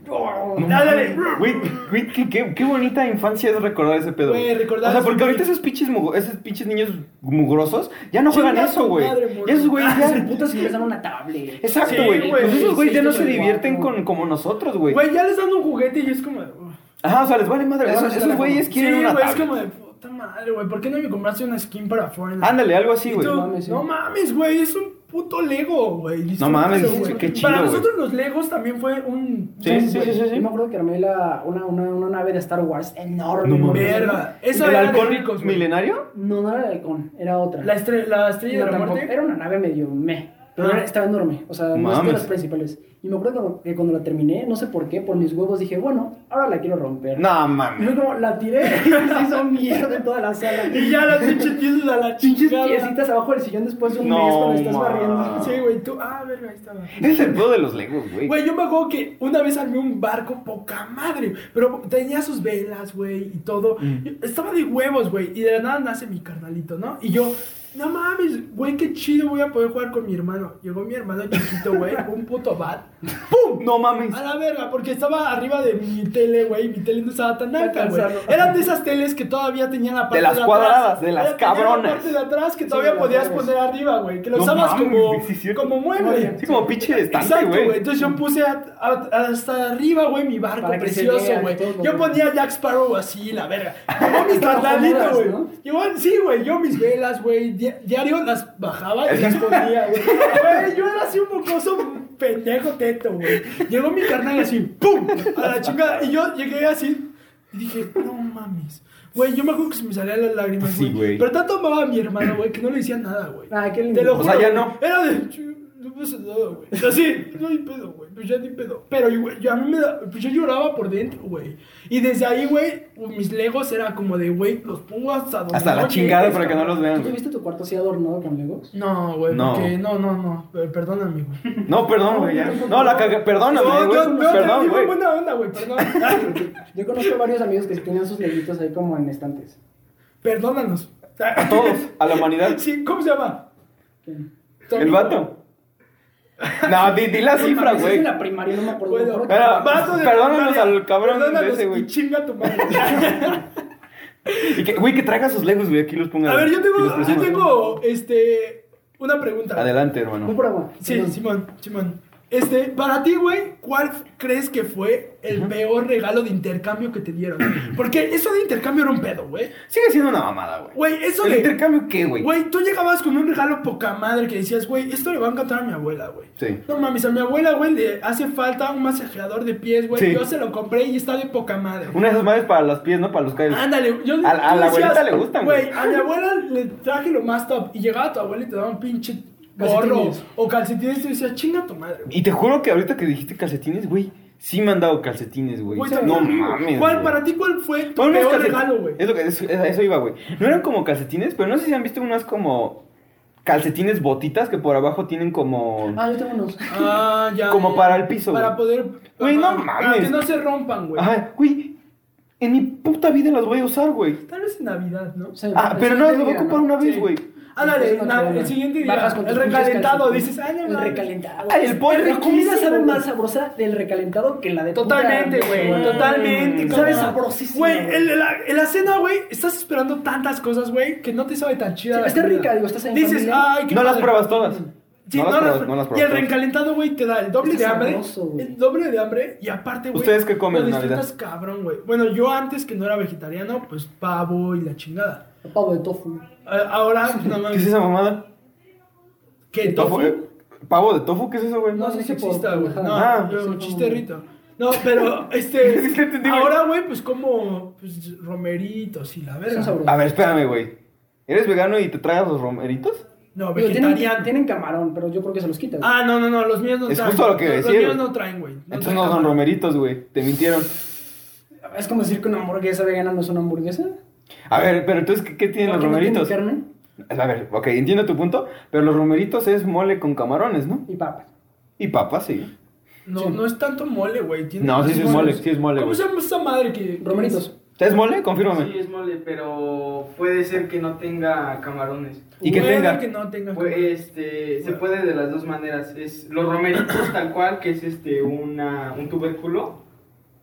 ¡Oh! No, Dale, Ah, Güey, güey, qué, qué- qué bonita infancia es recordar ese pedo. Güey, recordar O sea, ese porque pedo. ahorita esos pinches, mugu- esos pinches niños mugrosos ya no juegan Chinga eso, tu güey. madre, morro. Ya esos güeyes El ya. puto se les dan una tablet. Sí, Exacto, güey. güey. pues esos güeyes ya no se Seis, divierten cuatro. con, como nosotros, güey. Güey, ya les dan un juguete y es como. de, "Uf". Ajá, o sea, les vale madre. Eso Esos, sí esos la güeyes como. Sí, quieren una güey, es tablet. como de puta madre, güey. ¿Por qué no me compraste una skin para Fortnite? Ándale, algo así, Y güey. tú, mames, sí. no mames, güey, es un puto Lego, güey. Disfruta mames, eso, güey. qué chido, Para güey. nosotros los Legos también fue un... Sí, un- sí, sí, güey, sí, Yo sí. me acuerdo que armé la, una, una, una nave de Star Wars enorme. No mames. güey. Verga. Esa ¿El era de halcón ricos, güey. milenario? No, no era el halcón, era otra. La, estre- la estrella de No, la tampoco. muerte. Era una nave medio meh, pero era- estaba enorme, o sea, no es de Mames. las principales. Y me acuerdo que cuando- que cuando la terminé, no sé por qué, por mis huevos dije, bueno, ahora la quiero romper. No, Y mames. yo como la tiré y se hizo mierda en toda la sala. Y ya la pinche tienda, la Pinches chingada. piecitas abajo del sillón después de un No, mes cuando estás ma. barriendo. Sí, güey, tú... Ah, verga, ahí estaba. Es el pedo de los legos, güey. Güey, yo me acuerdo que una vez armé un barco poca madre, pero tenía sus velas, güey, y todo. Mm. Estaba de huevos, güey, y de la nada nace mi carnalito, ¿no? Y yo, no mames, güey, qué chido voy a poder jugar con mi hermano. Llegó mi hermano chiquito, güey, un puto bat. ¡Pum! Ah, No mames. A la verga, porque estaba arriba de mi tele, güey, y mi tele no estaba tan alta, güey. Alcanzarlo. Eran de esas teles que todavía tenían la parte las atrás. cuadradas, de las Era- tenía La cabronas. parte de atrás que todavía las podías cuadradas. poner arriba, güey, que lo No usabas mames, como, sí, es cierto. como mueble. Sí, como pinche estante, Exacto, güey. güey. Entonces yo puse a- a- hasta arriba, güey, mi barco Para que se precioso, vea güey. todo, Yo güey. ponía Jack Sparrow así, la verga. Llegó mi Bajo carnalito, modas, güey. ¿no? Llegó- sí, güey, yo mis velas, güey. di- Diario las bajaba y las ponía, güey. Güey, yo era así un mocoso pendejo teto, güey. Llegó mi carnal así, ¡pum! A la chingada. Y yo llegué así y dije, no mames. Güey, yo me acuerdo que se me salían las lágrimas, Sí, güey. Pero tanto amaba a mi hermano, güey, que no le decía nada, güey. Ah, qué lindo. Te lo O juro. sea, ya güey. no. Era de. "Ch- No pasa nada, güey. Así, no hay pedo, güey. Pues ya ni pedo. Pero güey, yo, a mí me da, pues yo lloraba por dentro, güey. Y desde ahí, güey, pues mis legos era como de, güey, los pongo hasta donde. Hasta la no chingada llegues, para que no los cabrón. vean, ¿Tú güey. tuviste tu cuarto así adornado con legos? No, güey, No. porque no, no, no. eh, Perdóname, güey. No, perdón, güey. ya. No, la cagué. Perdóname, No, güey. pues, no, no, Perdón, te digo güey. buena onda, güey, perdón. Yo conozco varios amigos que sí tenían sus leguitos ahí como en estantes. Perdónanos. A todos, a la humanidad. Sí, ¿cómo se llama? Que- El vato. No, di, di la cifra, Mames, es güey. en la primaria, no me acuerdo. Bueno, me acuerdo que- Era- vato de perdónanos primaria, al cabrón perdónanos ese, güey. Y chinga tu madre. Y que, güey, que traiga sus legos, güey. Aquí los ponga. A ver, yo y los tengo, yo presento. tengo este, una pregunta. Adelante, Un hermano. programa. Sí, Perdón. Simón, Simón. Este, para ti, güey, ¿cuál f- crees que fue el peor regalo de intercambio que te dieron? Porque eso de intercambio era un pedo, güey. Sigue siendo una mamada, güey. Güey, eso ¿El de... intercambio qué, güey? Güey, tú llegabas con un regalo poca madre que decías, güey, esto le va a encantar a mi abuela, güey. Sí. No mames, a mi abuela, güey, le hace falta un masajeador de pies, güey. Sí. Yo se lo compré y está de poca madre. Una de esas madres para las pies, no para los callos. Ándale, yo Pues, A- a tú la abuelita le gustan, Güey, güey. a mi abuela le traje lo más top. Y llegaba tu abuela y te daba un pinche gorro Calcetines. o calcetines, te decía, chinga tu madre, güey. Y te juro que ahorita que dijiste calcetines, güey, sí me han dado calcetines, güey. Güey, No también, mames. ¿Cuál, güey. para ti, cuál fue tu Bueno, no es peor calcetín- regalo, güey? Es lo que, es- es- a eso iba, güey. No eran como calcetines, pero no sé si han visto unas como calcetines botitas que por abajo tienen como... Ah, yo tengo unos. Ah, ya. Como ya, para ya. el piso, Para güey. poder. Güey, no Ajá, Para mames. que no se rompan, güey. Ajá, güey. En mi puta vida las voy a usar, güey. Tal vez en Navidad, ¿no? Sí, Ah, pero sí, no, te lo voy a diría, comprar ¿no? una vez, Sí. güey. Ándale, Entonces, na- no, Ah, el siguiente día. bajas con El tus pinches recalentado, calcetines. dices, ah, no El mames. recalentado. Ah, el pollo La comida riquísimo, sabe güey. más sabrosa del recalentado que la de tu Totalmente, puta güey. madre, Totalmente. Mm. cabrón. Sabe sabrosísimo, Güey, güey. el- la, la cena, güey, estás esperando tantas cosas, güey, que no te sabe tan chida. Sí, la está comida. rica, digo, estás en Dices, familia. ay, qué No las padre. pruebas todas. Sí, no, las las pruebas, no las Y el pruebas. todas. recalentado, güey, te da el doble Está de hambre. Este sabroso, güey. el doble de hambre. Y aparte, güey. ¿Ustedes qué comen lo en Navidad? disfrutas cabrón, güey. Bueno, yo antes que no era vegetariano, pues pavo y la chingada. Pavo de tofu. A- Ahora, pues, no ¿Qué es mames. esa mamada? ¿Qué ¿Tofu? tofu? eh, ¿Pavo de tofu? ¿Qué es eso, güey? No, No, sé sí si por- exista, güey. ajá. No, Ah, yo, sí, chiste como- rito. No, pero, Es que te este, digo- ahora, güey, pues como pues, romeritos y la verga. Son sabrosos. A ver, espérame, güey. ¿Eres vegano y te tragas los romeritos? No, Digo, tienen, vegetariano. tienen camarón, pero yo creo que se los quitan. Ah, no, no, no, los míos no Es traen. justo lo que Los- decía, Los míos güey. no traen, güey. No Entonces traen no son camarón. romeritos, güey. Te mintieron. Es como decir que una hamburguesa vegana no es una hamburguesa. A ver, pero entonces, ¿qué, qué tienen los Porque no tiene romeritos? carne A ver, ok, entiendo tu punto, pero los romeritos es mole con camarones, ¿no? y papa. Y papas, sí. No, Sí. no es tanto mole, güey. tiene No, sí, sí es más mole, moles. sí es mole, ¿Cómo güey. se llama esa madre que. que Romeritos. ¿Es mole? Confírmame. Sí, es mole, pero puede ser que no tenga camarones. Y que Puede tenga. que no tenga. Pues, este, se puede de las dos maneras. Es los romeritos tal cual, que es este una, un tubérculo,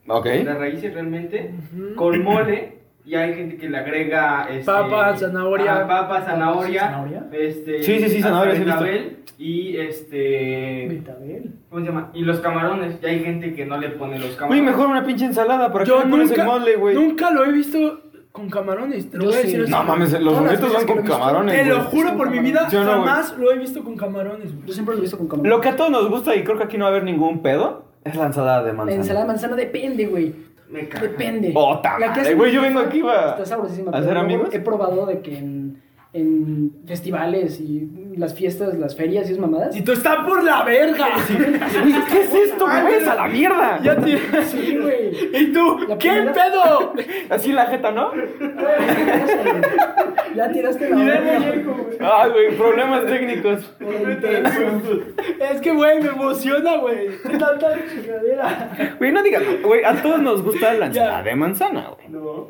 Ok. las raíces realmente, Ujú. con mole. Y hay gente que le agrega este, Papa, zanahoria. ah, papa, zanahoria, ¿Zanahoria? Este, Sí, sí, sí, zanahoria, sí he visto. betabel y este Betabel. ¿cómo se llama? Y los camarones, y hay gente que no le pone los Güey, camarones. mejor una pinche ensalada, ¿para qué Yo le pones nunca, el mole, güey? nunca lo he visto con camarones. Te lo Yo voy a sí. decir así. No mames, los Todas las romeritos veces van que con lo he visto, camarones, Te güey. lo juro Con por mi camarones. vida, Yo no, güey. jamás lo he visto con camarones, güey. Yo siempre lo he visto con camarón. Lo que a todos nos gusta y creo que aquí no va a haber ningún pedo es la ensalada de La manzana. ensalada de manzana depende, güey. Me caga. Depende. Ota La que madre, hace güey, mi yo vengo jefa aquí va- Está sabrosísima. a pero ser luego amigos. He probado de que en, en festivales y las fiestas, las ferias y esas mamadas. Y tú estás por la verga. Güey, ¿Qué es esto, güey? ¡Ves a la mierda! Ya te- Sí, güey. ¿Y tú? La ¿Qué primera- pedo? Así en la jeta, ¿no? Ya tiraste la Mira, onda. muñeco, güey. Ay, güey, problemas técnicos. Es que, güey, me emociona, güey. Tanta chingadera. Güey, no digas, güey, a todos nos gusta la ensalada de manzana, güey. No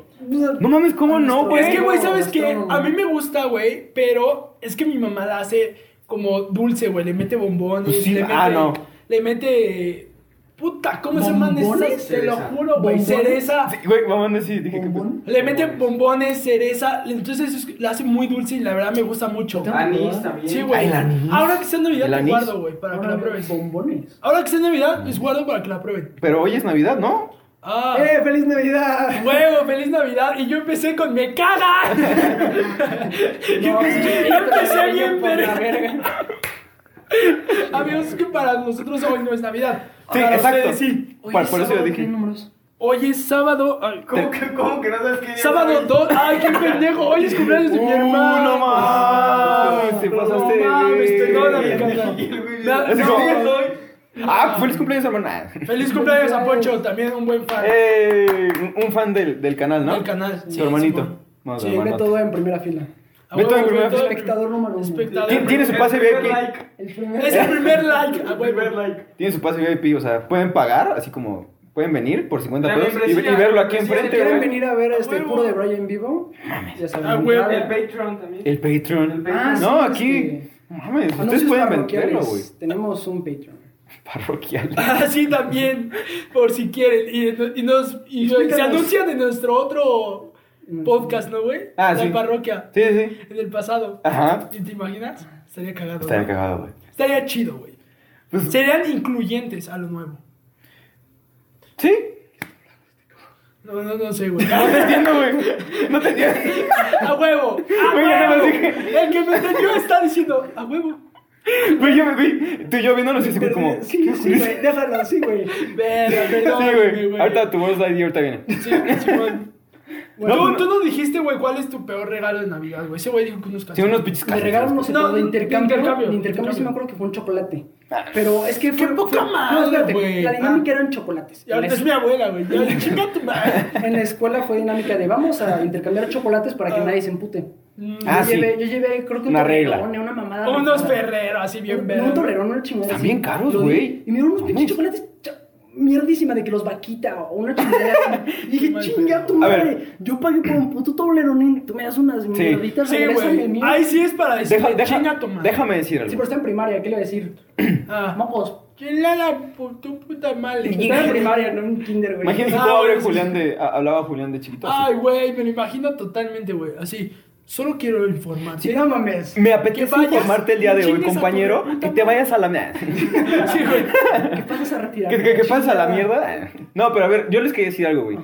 mames, ¿cómo no, güey? Es que, güey, ¿sabes qué? Gastrónomo. A mí me gusta, güey, pero es que mi mamá la hace como dulce, güey. Le mete bombones. Pues sí, le mete, ah, no. Le mete. Puta, ¿cómo se llaman ¿Bombones? esas? Te lo Cereza. juro, güey. ¿Bombones? Cereza. Sí, Güey, vamos a decir, dije que. ¿Bombón? Le mete bombones, cereza. Entonces es- la hace muy dulce y la verdad me gusta mucho. Anís también. Sí, güey. Ay, el anís. Ahora que sea Navidad, El te anís. guardo, güey, para que Ahora, la pruebes. Bombones. Ahora que sea Navidad, les guardo para que la prueben. Pero hoy es Navidad, ¿no? ¡Ah! ¡Eh, feliz Navidad! ¡Huevo! ¡Feliz Navidad! Y yo empecé con ¡Me caga! yo empecé, yo empecé bien, pero. Amigos, es que para nosotros hoy Ah, no es Navidad. Sí, Para exacto. ustedes sí. Por- por eso yo dije. números? Hoy es sábado. ay, ¿cómo ¿Cómo que, cómo que no sabes qué día Sábado es? 2. ¡Ay, qué pendejo! Hoy es cumpleaños de mi Uh, hermano. no mames, te No pasaste de mames, verga. perdóname, carnal. Y el güey No, dice, no, "Sí, no. soy". Ah, pues feliz cumpleaños, hermana. Feliz cumpleaños a Poncho, también un buen fan. Eh, un- un fan del, del canal, ¿no? Del canal, Su sí, hermanito. Simón. Más Sí, Pone hermano. todo en primera fila. A ve huevo, todo en ve primera todo en Espectador número uno. Espectador. ¿Quién tiene su pase El primer VIP? like. El primer... Es el primer like, a El primer huevo. like. Tiene su pase VIP, o sea, pueden pagar, así como pueden venir por 50 La pesos y, membresía, y verlo aquí la enfrente, membresía, si güey. ¿Quieren venir a ver A este huevo. puro de Brian en vivo? Ya saben. A huevo. El entrada. Patreon también. El Patreon. El Patreon. no, Ah, sí, aquí. este, Mames, ustedes Anuncios pueden parroquiales. venderlo, güey. Tenemos un Patreon. Parroquial. Así Ah, también, por si quieren. Y, y nos, y se Explícanos. anuncian en nuestro otro podcast, ¿no, güey? Ah, La sí. parroquia, Sí, sí. en el pasado. Ajá. ¿Y te imaginas? Estaría cagado. Estaría ¿no? cagado, güey. Estaría chido, güey. Pues- Serían incluyentes a lo nuevo. Sí. No, no, no sé, güey. No te entiendo, güey. No te entiendo. ¡A huevo! ¡A Güey, ya nada más huevo! dije- El que me entendió está diciendo, ¡a huevo! Güey, yo me vi. Tú y yo viéndonos y así, güey, como. Sí, sí, güey. Déjalo así, güey. Verga, Sí, perdóname, güey. güey. Ahorita tu voz ahorita viene. Sí, Simón. Güey, No, tú, no. tú no dijiste, güey, cuál es tu peor regalo de Navidad, güey. Ese güey dijo que unos Sí, calzones. unos pinches Me regalaron, no sé, No, pero de de intercambio. De intercambio, intercambio, de sí intercambio. me acuerdo que fue un chocolate. Ah. Pero es que ¡Qué fue. poca fue- madre, no, espérate, güey! La dinámica Ah. eran chocolates. Y ahora En la- es mi abuela, güey. Ya, chinga tu madre. En la escuela fue dinámica de vamos a intercambiar chocolates para que Ah. nadie se empute. Mm, Ah, yo, sí. llevé, yo llevé, creo que Una regla. torrerón, una mamada. unos rara. ferreros así bien No, verdes. un torrerón, una chingada. Están así. bien caros, Lo di, güey. Y me dieron unos No pinches mames. chocolates cha- mierdísima de que los vaquita o una chingada. así. y dije, mal chinga tu pedo. A madre. ver. Yo pagué por un puto toblerón y tú me das unas mierditas. Sí, regrésame el güey. mío. Ahí sí es para decir, Deja- deja- chinga tu madre. déjame decir Sí, algo. pero está en primaria, ¿qué le voy a decir? Ah. Mapos. Chinga la pu- tu puta madre. Está en primaria, no en kinder, güey. Imagínense Ah, cómo güey, habla sí. Julián de, a- hablaba Julián de chiquito. así. Ay, güey, me lo imagino totalmente, güey. Así, solo quiero informar. Sí, no mames. Me apetece que vayas, informarte el día de hoy, chingues a tu compañero, puta que te madre. vayas a la mierda. Sí, güey. ¿Qué pasas a retirar? ¿Qué, qué, pasa a la mierda? No, pero a ver, yo les quería decir algo, güey.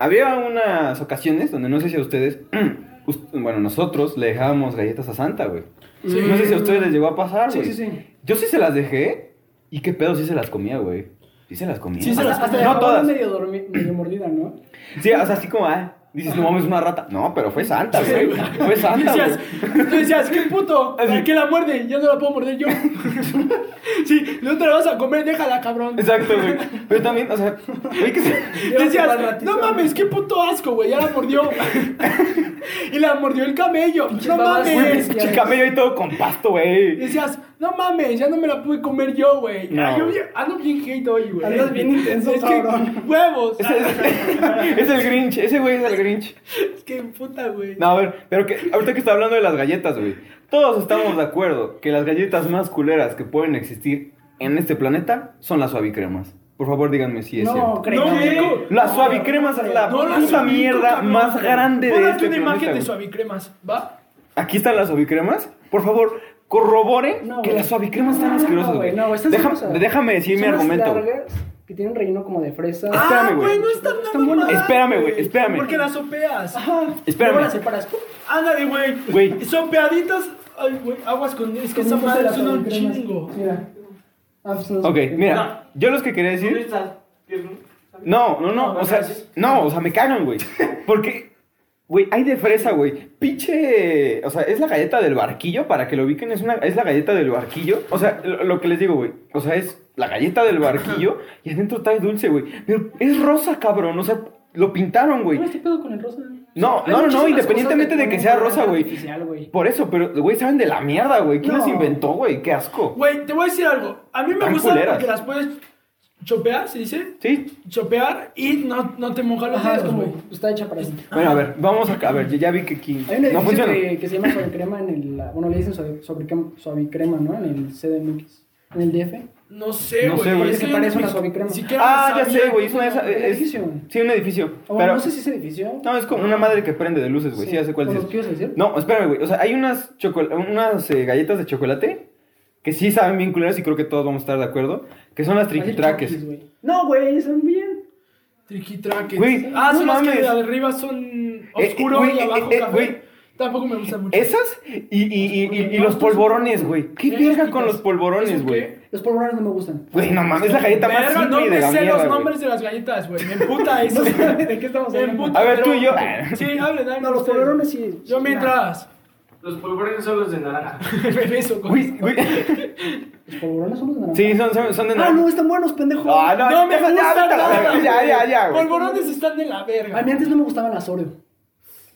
Había unas ocasiones donde no sé si a ustedes, us- bueno, nosotros le dejábamos galletas a Santa, güey. Sí. No sé si a ustedes les llegó a pasar, Sí, güey. sí, sí. Yo sí se las dejé y qué pedo, sí se las comía, güey. Sí se las comía. Sí se las Hasta, hasta No no todas. medio, dormi- medio mordida, ¿no? Sí, o sea, así como, ah, dices, no mames, una rata. No, pero fue Santa, Sí, güey. güey. Fue Santa, güey. decías, tú decías, qué puto, ¿para qué la muerde? Ya no la puedo morder yo. sí, no te la vas a comer, déjala, cabrón. Exacto, güey. Pero también, o sea, güey, que se... Llévatela al Decías, ratito. no mames, qué puto asco, güey, ya la mordió. y la mordió el camello, no babas, güey, mames. es que- Pinche camello ahí todo con pasto, güey. Decías, no mames, ya no me la pude comer yo, güey. No. Ay, yo bien- Ando bien hate hoy, güey. Andas bien intenso, es que, cabrón. Huevos. ah, Es el Grinch, ese güey es el Grinch. es que puta, güey. No, a ver, pero que ahorita que está hablando de las galletas, güey. Todos estamos de acuerdo que las galletas más culeras que pueden existir en este planeta son las suavicremas. Por favor, díganme si es No, cierto. creo. No, güey. Las suavicremas es la No las puta ubico, mierda cabrón. más grande de Pon aquí este una planeta, imagen de güey. suavicremas, ¿va? Aquí están las suavicremas. Por favor, corroboren No, que güey. las suavicremas están No, asquerosas, no, güey. güey, no, están Déjame- asquerosas. déjame decir mi Son las argumento. güey. largas que tienen relleno como de fresa. Ah, Espérame, güey. no está nada Están buenas. mal, Espérame, güey, espérame. Porque las sopeas. Ajá. Espérame. Luego las separas. Ándale, güey. Güey. Sopeaditas. Ay, güey, aguas con. Es que esa Con un poco de madre las suena un cremas. chingo. Mira. Ah, pues no sé. Ok, mira, yo los que quería ¿Dónde decir. estás? ¿Qué- No, no, no, No, o sea, gracias. no, o sea, me cagan, güey. Porque, güey, hay de fresa, güey. Pinche. O sea, es la galleta del barquillo, para que lo ubiquen, es, una, es la galleta del barquillo. O sea, lo, lo que les digo, güey. O sea, es la galleta del barquillo y adentro trae dulce, güey. Pero es rosa, cabrón, o sea, lo pintaron, güey. ¿Cómo este pedo con el rosa? güey? No, no, Hay no, no, muchísimas independientemente cosas de que ponen sea con rosa, güey. artificial, güey. Por eso, pero, güey, saben de la mierda, güey. ¿Quién No. las inventó, güey? Qué asco. Güey, te voy a decir algo. A mí me Tan gusta culeras. porque las puedes chopear, ¿se dice? Sí, Chopear y no, no te mojan los Ajá, es dedos, como, güey. está hecha para eso. Bueno, a ver, vamos a, a ver, yo ya vi que aquí Hay un no edificio funciona. que, que se llama Suavicrema en el... Bueno, le dicen suave- suavicrema, suavicrema, ¿no? En el CDMX. En el DF. No sé, No güey. sé, güey. es Se que parece ni- una suavicrema. ni siquiera Ah, me ya sabía. sé, güey, es una de esas- ¿Un es- edificio? Sí, un edificio. O bueno, pero no sé si es edificio. no, es como una madre que prende de luces, güey. Sí, Sí. ya sé cuál Bueno, es. ¿qué ibas a decir? No, espérame, güey. O sea, hay unas chocola- unas eh, galletas de chocolate que sí saben bien culeras y creo que todos vamos a estar de acuerdo, que son las triquitraques. Ay, güey. No, güey, son bien. Triquitraques. Güey, ah, no son las que mames. de arriba son oscuro güey, y abajo eh, eh, café. güey. Tampoco me gusta mucho. Esas y, y, y, y, y los polvorones, güey. ¿Qué ¿Qué? verga con los ¿Eso polvorones, qué? güey? Los polvorones no me gustan. Güey, no mames, es la galleta más Verga, no simple de me la sé mierda, los güey. nombres de las galletas, güey. Me emputa eso. ¿De qué estamos Me hablando? emputa, A ver, tú pero- y yo. Sí, hablen, hablen. No, los ustedes. polvorones sí. Yo mientras. Los polvorones son los de naranja. Me beso con. Güey, güey. Los polvorones son los de naranja. Sí, son, son, son de Ah, no, están buenos, pendejo. Ah, no, No me ya, gusta ya, vete a nada. la verga, ya, güey. ya, ya, güey. Polvorones están de la A mí verga. antes no me gustaban las Oreo.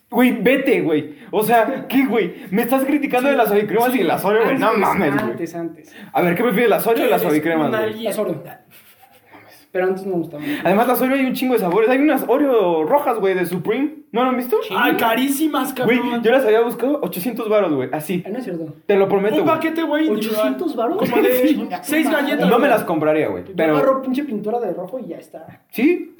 Güey, vete, güey. O sea, ¿qué, güey? Me estás criticando de las suavicremas y de las Oreo, güey. No Antes, mames, güey. Antes, antes. A ver, ¿qué prefieres, las Oreo o Eres las suavicremas, un güey? alguien. Las Oreo. Pero antes no me gustaban. Además, las Oreo hay un chingo de sabores. Hay unas Oreo rojas, güey, de Supreme. ¿No lo han visto? Ah, carísimas, Güey, cabrón. yo las había buscado 800 baros, güey. Así. Ah, no es cierto. Te lo prometo, Un güey. paquete, güey. individual. 800 varos. Como de Chinga tu 6 madre. galletas. No me güey. las compraría, güey. Yo Pero, agarro pinche pintura de rojo y ya está. ¿sí?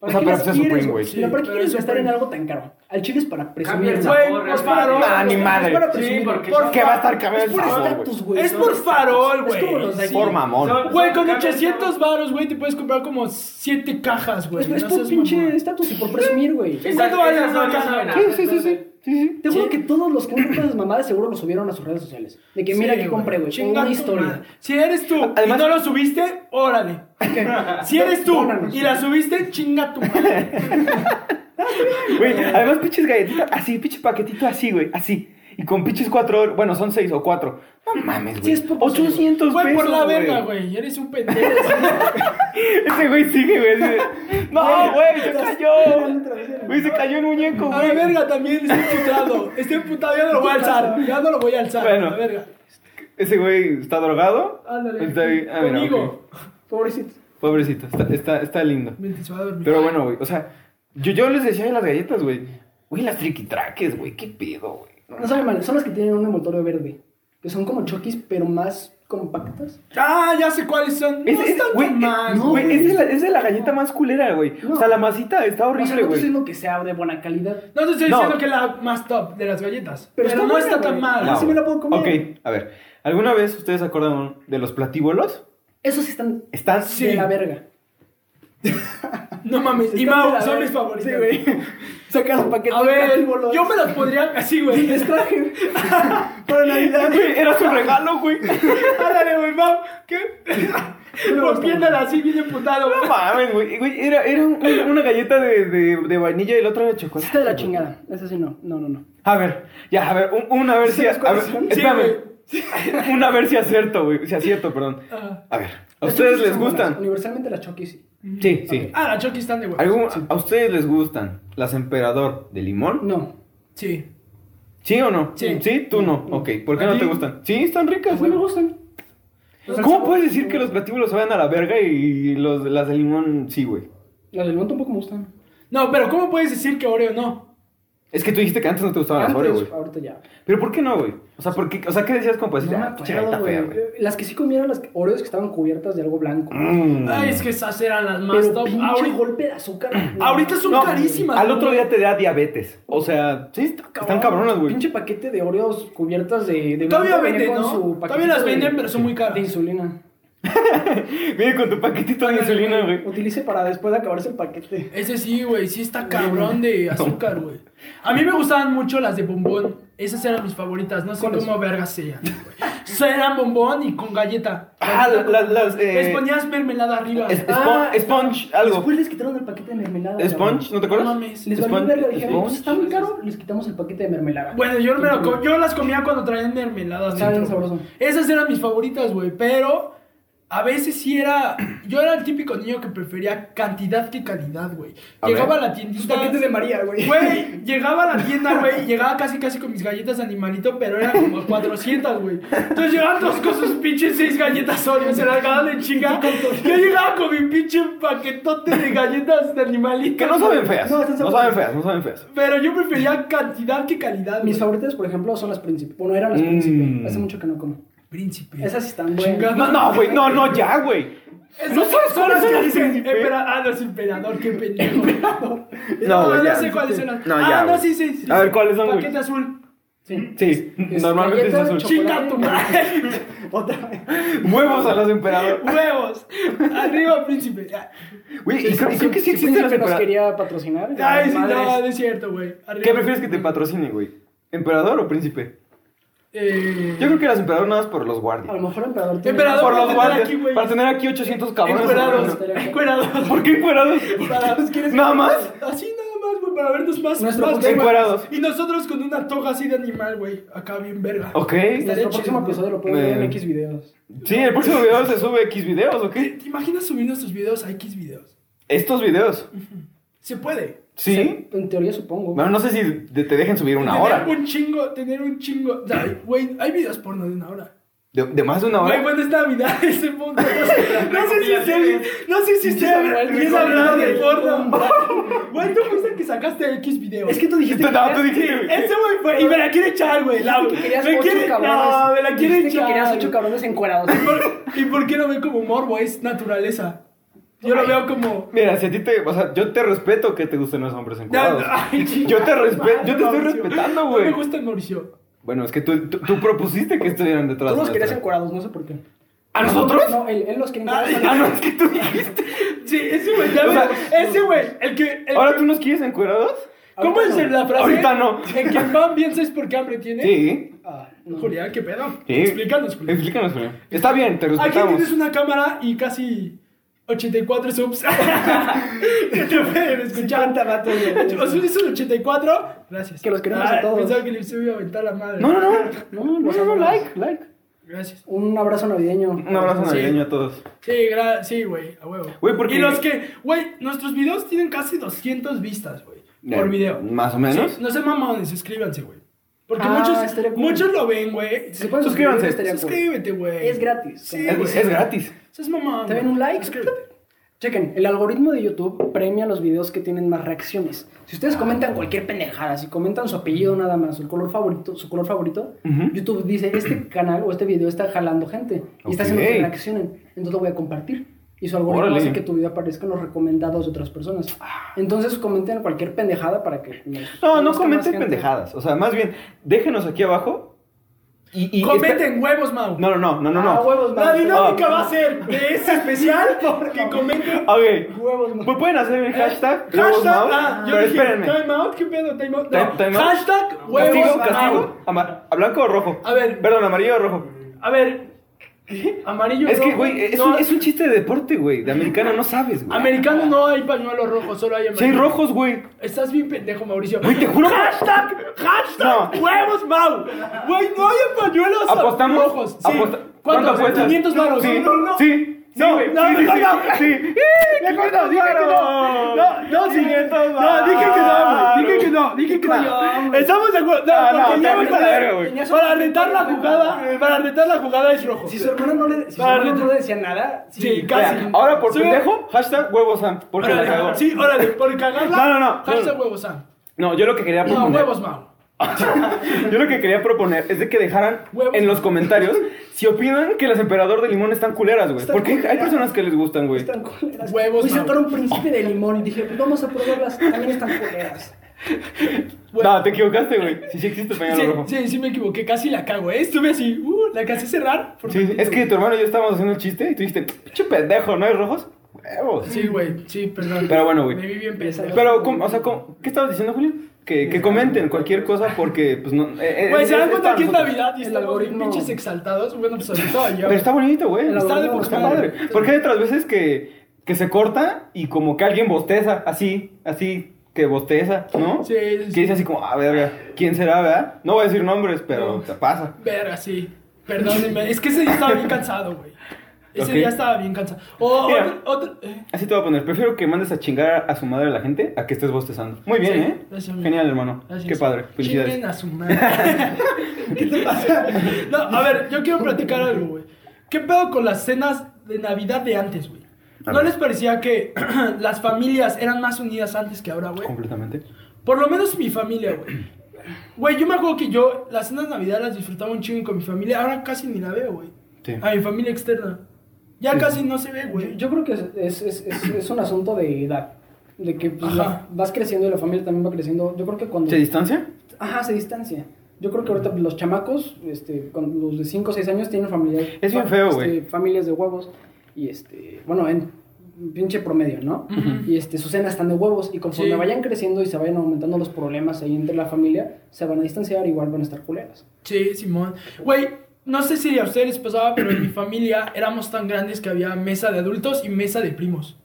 O sea, qué pero las pues es quieres, Supreme, güey. Pero ¿para Sí, qué pero quieres es gastar en Supreme. algo tan caro? Al chile es para Cambia presumir. el Güey, sabor. los realmente. faroles. Ah, ni los- madre. Es para Sí, presumir. porque Por son- ¿Qué va a estar cabrón Es el por sabor, güey? estatus, güey. Es son por estatus. farol, güey. Es como los de Sí. aquí. Por mamón. Son- Güey, con Cambia el 800 sabor. baros, güey, te puedes comprar como 7 cajas, güey. Es, es No por seas pinche mamón. estatus y por presumir, güey. Sí. ¿Cuánto Esas- vale esas la no caja? saben a- Sí, sí, sí, sí. Sí, sí. Te juro que todos los que han comprado esas mamadas seguro lo subieron a sus redes sociales. De que mira Sí, que compré, güey. Chinga Una tu historia. madre. Si eres tú Además- y no lo subiste, órale. Si eres tú Dónanos. y la subiste, chinga tu madre. Güey, además pinches galletitas así, pinche paquetito así, güey, así. Y con pinches cuatro, hor- bueno, son seis o cuatro. No mames, Sí, güey. es poco, 800 Güey, pesos, por la verga, güey. Eres un pendejo. Ese güey sigue, güey. así de, No, güey, se cayó. Güey, se cayó el muñeco, A la güey. verga también, estoy emputado. Estoy emputado, ya no lo voy a alzar. Ya no lo voy a alzar. Bueno. a la verga. Ese güey está drogado. Ándale. Está bien. Ah, mira, ok. Conmigo. Pobrecito. Pobrecito, está, está, está lindo. Vente, se va a dormir. Pero bueno, güey, o sea, yo, yo les decía de las galletas, güey. Güey, las triquitraques, güey, qué pedo, güey. No saben mal, son las que tienen un envoltorio verde. Que son como choquis, pero más compactas. Ah, ya sé cuáles son. No Es, es- están güey, tan mal. eh, no, güey, güey. es de la, es de la galleta más culera, güey. O No. sea, la masita está O sea, horrible, no estoy güey. diciendo que sea de buena calidad. No te estoy No. diciendo que es la más top de las galletas. Pero, no buena, está tan güey. mal. Ah, sí me la puedo comer. Ok, a ver. ¿Alguna vez ustedes acordaron de los platíbolos? Esos sí están Están. Sí. de la verga. No mames. Y Están de Mau, la son verga. mis favoritos. Sí, güey. Sacas paquetes A ver, platíbolos. yo me las podría así, Y güey. les traje para Navidad. Güey, era su regalo, güey. Ándale, güey, Mau. ¿Qué? No, Rompiéndola así, bien emputado. No mames, güey. Güey, Era, era un- una galleta de, de, de vainilla y la otra de chocolate. Pues Esta de la chingada. Esa sí no. No, no, no. A ver, ya, a ver, un- una a ver si. A ¿Sabes ver, cuáles son? Sí, espérame. güey. Una a ver si acierto, güey. Si acierto, perdón. Ah. A ver, ¿a Las ustedes Chokis les son buenas. gustan? Universalmente las choquis sí. Sí, sí. Ah, las Chucky están de güey. ¿Algún- ¿A ustedes les gustan las emperador de limón? No. Sí. ¿Sí o no? Sí. tú no. Ok, ¿por qué ¿A no ti? te gustan? Sí, están ricas, No me güey. gustan. ¿Cómo puedes decir que los platíbulos se van a la verga y los, las de limón sí, güey? Las del limón tampoco me gustan. No, pero ¿cómo puedes decir que Oreo no? Es que tú dijiste que antes no te gustaban las Oreo, güey. Antes, ahorita ya. Pero ¿por qué no, güey? O sea, ¿por qué, o sea, ¿qué decías como para decir, No me ah, pinche galleta acuerdo, fea, güey. güey? Las que sí comieron las que- Oreos que estaban cubiertas de algo blanco. Mm. Ay, es que esas eran las más Pero top. pinche Ahori- golpe de azúcar. ahorita son No, carísimas. Al güey. otro día te da diabetes. O sea, sí, está- están cabronas, güey. Pinche paquete de Oreos cubiertas de... de Todavía blanco, venía venden, con ¿no? su Todavía las paquetito de- venden, pero son muy De caras. insulina. Viene con tu paquetito Ah, de insulina, güey. Utilice para después de acabarse el paquete. Ese sí, güey, sí está cabrón de azúcar, güey. A mí me gustaban mucho las de bombón. Esas eran mis favoritas, no sé ¿Cuáles? cómo vergas sean. güey. Solo eran bombón y con galleta. Ah, la- la- las, eh, Les ponías mermelada arriba. Es- Ah, espon- sponge, algo. Después les quitaron el paquete de mermelada. Sponge, ¿no te acuerdas? No mames, Les valió Sponge- verga, dijeron, Sponge. "Pues está muy caro, les quitamos el paquete de mermelada. Bueno, yo no me lo co- yo las comía cuando traían mermeladas. Saben dentro, güey. sabroso. Esas eran mis favoritas, güey, pero a veces sí era yo era el típico niño que prefería cantidad que calidad, güey. A Llegaba ver. a la Sus tiendita paquetes de María, güey. Güey, llegaba a la tienda, güey, llegaba casi casi con mis galletas de animalito, pero eran como 400, güey. Entonces llegaban todos con sus pinches seis galletas Oreo, se largaban de chinga. Yo llegaba con mi pinche paquetote de galletas de animalito. Que no saben feas. No, No, están sabrosas. saben feas, no saben feas. Pero yo prefería cantidad que calidad. Mis güey. favoritas, por ejemplo, son las príncipe. Bueno, eran las Mm. príncipe. Hace mucho que no como. Príncipe. Esas sí están Chinga. buenas. No, no, güey, no, no, ya, güey. Esas No sabes son las cuáles que son dicen las príncipe. empera- ah, no es emperador, qué pendejo. No, no, güey, ya. sé cuáles son las. No, ah, ya, no, güey. sí, sí, sí. A ver, ¿cuáles son, güey? Paquete azul. Sí. Sí, Es normalmente galleta, es azul. chocolate. Chinga tu madre. Otra vez. Huevos a las emperador. Huevos. Arriba, príncipe. Güey, y creo, y creo que sí Si existen las Príncipe nos emperador. quería patrocinar. Ay, sí, madres. no, no es cierto, güey. Arriba. ¿Qué prefieres que te patrocine, güey? ¿Emperador o príncipe? Eh, Yo creo que las emperador nada más por los A guardias. lo mejor emperador tiene- Emperador. Por para los tener guardias. aquí, güey. Para tener aquí 800 cabrones. Encuerados. Estaría bien. Encuerados. ¿Por qué encuerados? Para- ¿quieres- ¿Nada más? Así nada más, güey, para vernos más. Nuestro más próximo- Encuerados. Y nosotros con una toga así de animal, güey. Acá bien verga. Ok. Nuestro próximo episodio lo pueden ver en Eh. X videos. Sí, el próximo video se sube X videos, ¿o ¿Te qué? te imaginas subir nuestros videos a X videos? Estos videos. Se puede. ¿Sí? En teoría supongo. Bueno, no sé si de- te dejen subir una hora. Tener un chingo, tener un chingo. Ay, Güey, hay videos porno de una hora. ¿De, de más de una Güey, hora? bueno, es Navidad ese punto. No sé, eh. no sé si usted, no sé si usted Samuel, empieza a hablar de güey. porno. Güey, tú fuiste el que sacaste X video. Es que tú dijiste Esto- que no, tú querías- dijiste, güey. Ese güey fue. Y me la quiere echar, güey. La, que querías me ocho quiere, cabrones. No, me la quiere Dijiste que echar. querías ocho cabrones encuerados. ¿Y por- ¿Y por qué lo ve como morbo? Es naturaleza. Yo lo veo como. Mira, si a ti te. O sea, yo te respeto que te gusten los hombres encuadrados. Ay, chica, Yo te respeto, yo te estoy Mauricio. respetando, No güey. me gusta el Mauricio. Bueno, es que tú, tú, tú propusiste que estuvieran detrás Tú los nuestra. querías encuerados, no sé por qué. ¿A nosotros? No, él, él los quería encuerados. Ah, no, es que tú dijiste. Sí, ese güey, ya O sea, veo. Ese güey, el que. el ¿Ahora que- tú nos quieres encuadrados? ¿Cómo Ahorita es no. la frase? Ahorita no. El que pan bien sabes por qué hambre tiene. Sí. Ah, no. Julián, ¿qué pedo? Sí. Explícanos, Julián. Explícanos, Julián. Está bien, te Aquí respetamos. tienes una cámara y casi 84 subs. que te pueden escuchar. vatos, güey. Os subís un 84. Gracias. Que los queremos Ah, a todos. Pensaba que les iba a aventar la madre. No, no, no. No, No, los no, no, amamos. like, like. Gracias. Un abrazo navideño. Un abrazo Sí. navideño a todos. Sí, gra- sí, güey, a huevo. Güey, porque- Y los que, güey, nuestros videos tienen casi 200 vistas, güey, por Eh, video. Más o menos. Sí, no sean mamones, suscríbanse, güey. Porque Ah, estaría muchos, cool. muchos lo ven, güey. Si se pueden Suscríbanse. suscribir, estaría cool. Suscríbete, güey. Es gratis. Sí, Es, güey. es gratis. Eso es mamón. ¿Te ven güey. un like? Suscríbete. Chequen, el algoritmo de YouTube premia los videos que tienen más reacciones. Si ustedes Ah. comentan cualquier pendejada, si comentan su apellido nada más, el color favorito, su color favorito, Ujú. YouTube dice, este canal o este video está jalando gente y está haciendo Ok. que reaccionen, entonces lo voy a compartir. Y su algoritmo Órale. Ah. hace que tu video aparezca en los recomendados de otras personas. Entonces comenten cualquier pendejada para que... nos No, no conozca comenten más gente. pendejadas. O sea, más bien, déjenos aquí abajo. Y, y Comenten huevos, Mau. No, no, no, no, no. no. Ah, huevos, La madre. dinámica Ah. va a ser de ese especial que comenten. Ok. Huevos, madre. Pues pueden hacer el hashtag. Eh, huevos Hashtag, Mau, ah, yo pero dije, espérenme. time out, ¿qué pedo? Time out. No, Time- time out. Hashtag huevos, ¿Castigo? Mau. ¿Castigo? Ama- ¿A blanco o rojo? A ver. Perdón, amarillo o rojo. A ver, ¿qué? Amarillo Es que, rojo, güey, es, no un, hay- es un chiste de deporte, güey. De americano no sabes, güey. Americano no hay pañuelo rojo, solo hay Si amarillo. hay rojos, güey. Estás bien pendejo, Mauricio. Güey, te juro que- ¡Hashtag! ¡Hashtag! No. ¡Huevos, Mau! Güey, no hay pañuelos ¿Apostamos? rojos. Sí. Aposta- ¿Cuánto? apuestas? 500 baros. Sí, No, no, no. sí. Sí, güey. No, sí, no, sí, no. sí, sí. ¡Eh, Me acuerdo, quinientos dije que no. varos! No, no, sí. ¡Quinientos No, dije que no, güey. Dije que no, dije que Coño, no. hombre. Estamos de acuerdo. Ah, No, no, porque te ya me acuerdas, acordé. güey. Tenías Para un- retar la jugada, para retar la jugada es rojo. Si su hermano no le, si su Para hermano retar- no le decía nada... Ah, Sí, Mira, casi. Ahora por Sí. pendejo, hashtag huevos Sam. Porque la cagó. Órale, sí, órale, por cagarla. No, no, no. Hashtag huevos, Sam. No, yo lo que quería No, proponer. huevos, Mau. Yo lo que quería proponer es de que dejaran Huevos. en los comentarios si opinan que las emperador de limón están culeras, güey. Están Porque hay- hay culeras. personas que les gustan, güey. Están culeras. Huevos, Fui a Mau. sacar Pues un príncipe de limón y dije, pues vamos a probarlas, también están culeras. No, te equivocaste, güey. Sí, sí existe pañuelo Sí, rojo. Sí, sí, sí me equivoqué, casi la cago, ¿eh? Estuve así, uh, la casi cerrar. por tantito, es que güey. tu hermano y yo estábamos haciendo el chiste y tú dijiste, pinche pendejo, ¿no hay rojos? Huevos. Sí, güey, sí, perdón. Pero bueno, güey. Me vi bien pensado. Pero, ¿cómo- o sea, ¿cómo- ¿qué estabas diciendo, Julián? Que, que comenten cualquier cosa porque, pues, no... eh, eh, Güey, es- ¿se dan es cuenta para que es nosotros. Navidad y El estamos bien algoritmo. pinches exaltados? Bueno, pues sobre todo yo. Pero está bonito, güey. Está Está, de poca está madre. padre. Porque hay otras veces que, que se corta y como que alguien bosteza, así, así, que bosteza, ¿no? Sí, sí, sí. Que dice así como, ah, verga, ¿quién será, verdad? No voy a decir nombres, pero No. te pasa. Verga, sí. Perdónenme, es que ese día estaba bien cansado, güey. Ese Ok. día estaba bien cansado. O Mira. otro, otro- eh, Así te voy a poner. Prefiero que mandes a chingar a su madre a la gente a que estés bostezando. Muy bien, Sí, ¿eh? gracias, amigo. Genial, hermano. gracias. Qué padre. Felicidades. Ah, Chinguen a su madre. ¿Qué te pasa? No, a ver, yo quiero platicar algo, güey. ¿Qué pedo con las cenas de Navidad de antes, güey? A ¿No ver. les parecía que las familias eran más unidas antes que ahora, güey? Completamente. Por lo menos mi familia, güey. Güey, yo me acuerdo que yo las cenas de Navidad las disfrutaba un chingo con mi familia. Ahora casi ni la veo, güey. Sí. A mi familia externa. Ya Sí. casi no se ve, güey. Yo creo que es, es- es- es- es un asunto de edad. De que pues, Ajá. la- vas creciendo y la familia también va creciendo. Yo creo que cuando. ¿Se distancia? Ajá, se distancia. Yo creo que ahorita pues, los chamacos, este, con los de 5 o 6 años, tienen familias. Es bien feo, este, güey. Familias de huevos. Y este. Bueno, en pinche promedio, ¿no? Ujú. Y este, sus cenas están de huevos. Y conforme Sí. vayan creciendo y se vayan aumentando los problemas ahí entre la familia, se van a distanciar, igual van a estar culeras. Sí, Simón. Güey, no sé si a ustedes les pasaba, pero en mi familia éramos tan grandes que había mesa de adultos y mesa de primos.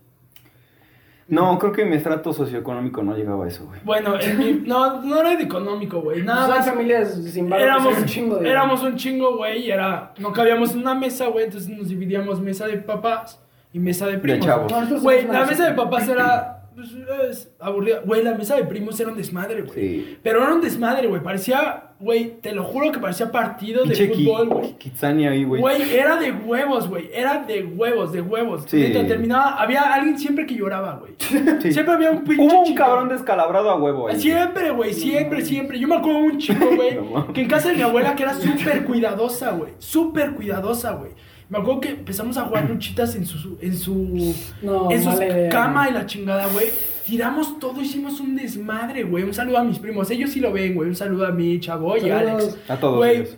No, creo que mi estrato socioeconómico no llegaba a eso, güey. Bueno, en mi- no, no era económico, güey. Nada Son más. familias Pues, sin barba, éramos, son un chingo de. éramos un chingo, güey, y era, no cabíamos en una mesa, güey, entonces nos dividíamos mesa de papás y mesa de primos. chavos. No, nosotros Güey, somos la una mesa de papás era pues, es aburrida. Güey, la mesa de primos era un desmadre, güey. Sí. Pero era un desmadre, güey. Parecía, güey, te lo juro que parecía partido de Pinche ki- fútbol, güey. Kitsania ahí, güey. Güey, era de huevos, güey. Era de huevos, de huevos. Sí. Neta, terminaba, había alguien siempre que lloraba, güey. Sí. Siempre había un pinche Hubo un chico. cabrón descalabrado a huevo ahí. Siempre, güey, siempre, siempre. Yo me acuerdo de un chico, güey, No mames. que en casa de mi abuela que era súper cuidadosa, güey. Súper cuidadosa, güey. Me acuerdo que empezamos a jugar luchitas en su en su No, en su mala idea. cama y la chingada, güey. Tiramos todo, hicimos un desmadre, güey. Un saludo a mis primos, ellos sí lo ven, güey. Un saludo a mi chavo y a Alex. Saludos. A todos Güey, ellos.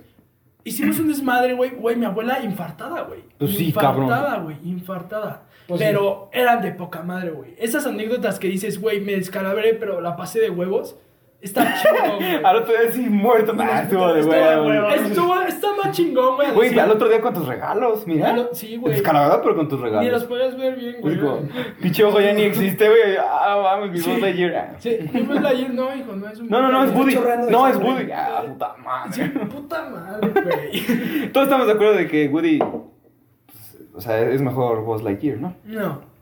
Hicimos un desmadre, güey. Güey, mi abuela infartada, güey. Pues sí, Infartada, güey. Infartada. Pues sí. pero eran de poca madre, güey. Esas anécdotas que dices, güey, me descalabré, pero la pasé de huevos. está chingón, güey. Al otro día sí muerto. Nah, Ah, estuvo de Estuvo huevo, güey. hueva. Estuvo- está más chingón, güey. Güey, Sí. al otro día con tus regalos, mira. Al o- sí, güey. Descargado, pero con tus Ni los regalos. podías ver bien, güey. Es como, pinche ojo ya ni existe, güey. Ah, mames, mi Sí. voz de ayer. ah. Sí, Buzz Lightyear no, hijo, no es un. No, no, no, es Está Woody. chorreando de No, es sangre. Woody. Ah, puta Sí, madre. puta madre, güey. Todos estamos de acuerdo de que Woody. pues, o sea, es mejor Buzz Lightyear, ¿no? No.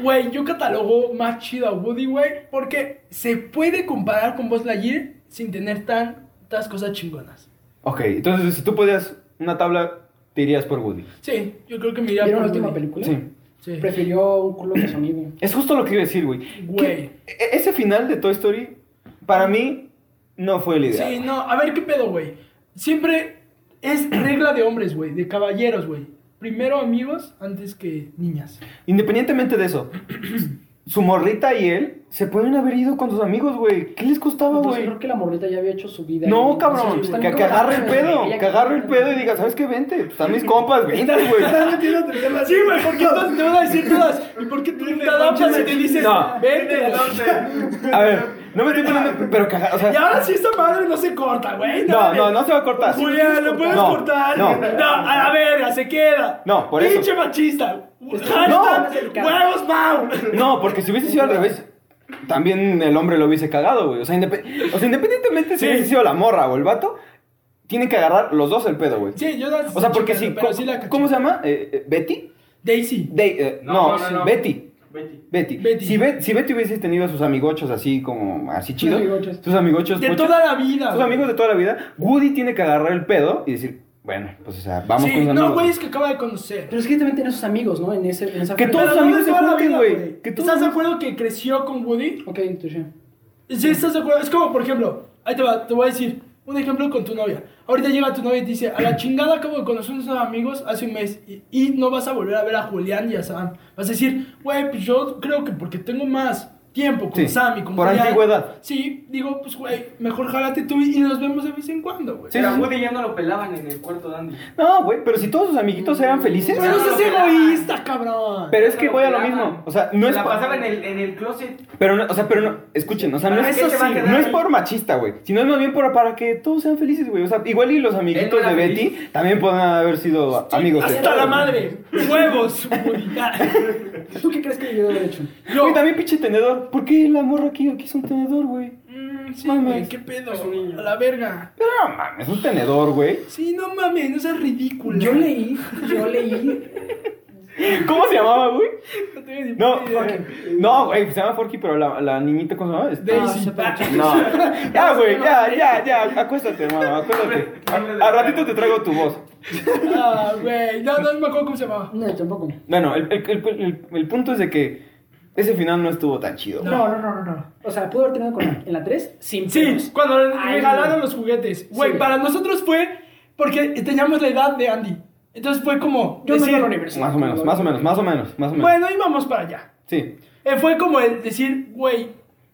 Güey, yo catalogo más chido a Woody, güey, porque se puede comparar con Buzz Lightyear sin tener tantas cosas chingonas. Ok, entonces si tú podías una tabla, te irías por Woody. Sí, yo creo que me iría ¿Vieron la por última Woody. película? Sí. Sí. Prefirió un culo de sonido. Es justo lo que iba a decir, güey. Güey. Que e- Ese final de Toy Story, para mí, no fue el ideal. Sí, no, a ver qué pedo, güey. Siempre es regla de hombres, güey, de caballeros, güey. Primero amigos antes que niñas. Independientemente de eso, su morrita y él se pueden haber ido con sus amigos, güey. ¿Qué les costaba, Pues, Entonces, güey? creo que la morrita ya había hecho su vida. No, y- cabrón, Sí, que, está que muy agarre el cabrón, pedo, güey, que agarre el pedo y diga, ¿sabes qué? Vente, pues, están mis compas, vente, güey. Sí, güey, porque entonces te van a decir todas. ¿Y por qué tú te adaptas y te dices, No. vente? A ver, no me estoy poniendo, pero cagar, o sea... Y ahora sí esta madre no se corta, güey. No, mames. no, no se va a cortar. Julián, lo puedes No, cortar. No, a la verga, se queda. No, por eso. Pinche machista. Hashtag No. huevos Mau. No, porque si hubiese sido al revés, también el hombre lo hubiese cagado, güey. O sea, independ- o sea, independientemente si Sí. hubiese sido la morra o el vato, tienen que agarrar los dos el pedo, güey. Sí, yo las O sea, porque sí, si. pero ¿Cómo, sí la caché. cómo se llama? Eh, eh, ¿Betty? Daisy. Day- eh, No, no, no, no, no. Betty. Betty. Betty. Betty. Si, Bet- si Betty hubiese tenido a sus amigochos así como así chido, Amigochos. sus amigochos, De pochos, toda la vida. sus güey. amigos de toda la vida, Woody tiene que agarrar el pedo y decir, bueno, pues o sea, vamos sí, con los no, amigos. güey, es que acaba de conocer. Pero es que también tiene sus amigos, ¿no? En, ese, en esa Que fila. todos Pero sus no amigos de se toda la junten, vida, güey. Que todos- ¿Estás de acuerdo que creció con Woody? Ok, touché. Sí, ¿estás de acuerdo? Es como, por ejemplo, ahí te, va, te voy a decir un ejemplo con tu novia. Ahorita llega tu novia y te dice, a la chingada acabo de conocer a unos amigos hace un mes y, y no vas a volver a ver a Julián y a Sam. Vas a decir, güey, pues yo creo que porque tengo más tiempo con Sí, Sam y con por Julián". antigüedad. Sí, digo, pues güey, mejor jálate tú y y nos vemos de vez en cuando, güey. Sí, Pero a sí, sí. Woody ya no lo pelaban en el cuarto de Andy. No, güey, pero si todos sus amiguitos eran felices. Mm, Pero no seas egoísta, cabrón. Pero es que No voy a lo pelaban. mismo. O sea, no es La pa- pasaba en el, en el closet. Pero no, o sea, pero no, escuchen, o sea, no ¿Para es, qué te va a quedar no es ahí? por machista, güey, sino es más bien por, para que todos sean felices, güey. O sea, igual y los amiguitos era de Betty feliz. también pueden haber sido Sí, amigos. de- Hasta la madre. Huevos, Woody. ¿Tú qué crees que debió haber hecho? Yo- Güey, también pinche tenedor. ¿Por qué la morra aquí aquí es un tenedor, güey? Mm, sí, Mames. güey, qué pedo. Es un niño. A la verga. Pero no mames, un tenedor, güey. Sí, no mames, no seas ridículo. Yo leí, yo leí. ¿Cómo se llamaba, güey? No, tengo ni No, puta idea. Forky. No, güey, se llama Forky, pero la, la niñita, ¿cómo se llama? Es- Daisy. Ah, se parece. No. Ya, güey, ya, ya, ya. Acuéstate, hermano, acuéstate. A, a ratito te traigo tu voz. Ah, güey. No, no me acuerdo cómo se llamaba. No, tampoco. Bueno, el, el, el, el- el punto es de que ese final no estuvo tan chido. No, no, no, no. no. O sea, pudo haber terminado con la- en la 3 sin Sí, pedos. cuando le Ay, regalaron güey. los juguetes. Güey, Sí. para nosotros fue porque teníamos la edad de Andy. Entonces fue como. Yo no decir, iba a la universidad. Más o menos, más o menos, más o menos, más o menos. Bueno, íbamos para allá. Sí. Eh, fue como el decir, güey,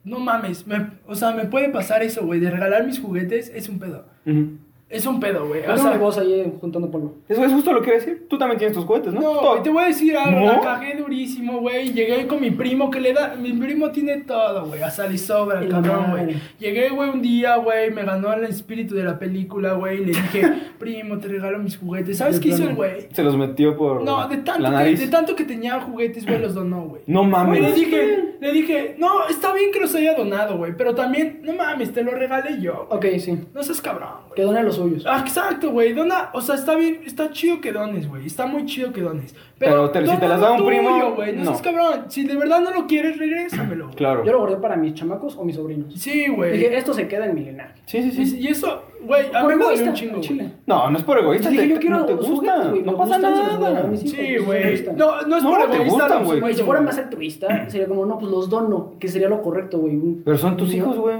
no mames. me- o sea, me puede pasar eso, güey. De regalar mis juguetes es un pedo. Ujú. Es un pedo, güey. Yo O tengo mi sea, voz ahí juntando polvo. Eso es justo lo que iba a decir. Tú también tienes tus cohetes, ¿no? No, Todo. güey, te voy a decir algo, ¿No? la cajé durísimo, güey. Llegué con mi primo que le da. Mi primo tiene todo, güey. Hasta le sobra, el El cabrón, madre. güey. Llegué, güey, un día, güey. Me ganó el espíritu de la película, güey. Y le dije, primo, te regalo mis juguetes. ¿Sabes De qué hizo el plano. güey? Se los metió por No, de la tanto, que, nariz. de tanto que tenía juguetes, güey, los donó, güey. No mames. Güey, Le dije, le dije, no, está bien que los haya donado, güey. Pero también, no mames, te lo regalé yo. güey. Ok, sí. No seas cabrón, güey. Que donen los suyos. Ah, Exacto, güey. Dona, o sea, está bien, está chido que dones, güey. Está muy chido que dones. Pero te- si dona te las da lo un primo, tuyo, güey. No, no. seas cabrón. Si de verdad no lo quieres, regrésamelo. güey. Claro. Yo lo guardé para mis chamacos o mis sobrinos. Sí, Dije, eh, güey. esto se queda en mi linaje. Sí, sí, sí. Y, y eso, güey, a Por mí me dolió egoísta, un chingo, al chile. güey. No, no es por egoísta. Dije, te- yo quiero no te los gusta. juguetes, güey, no me pasa gustan, se los voy a dar a nada. mis hijos. Sí, pues, me güey. gustan. No, no es No, por te egoísta, gustan, no, güey. Güey, si fuera más e- altruista, sería como, no, pues los dono, que sería lo correcto, güey. Un- Pero son tus ¿no? hijos, güey.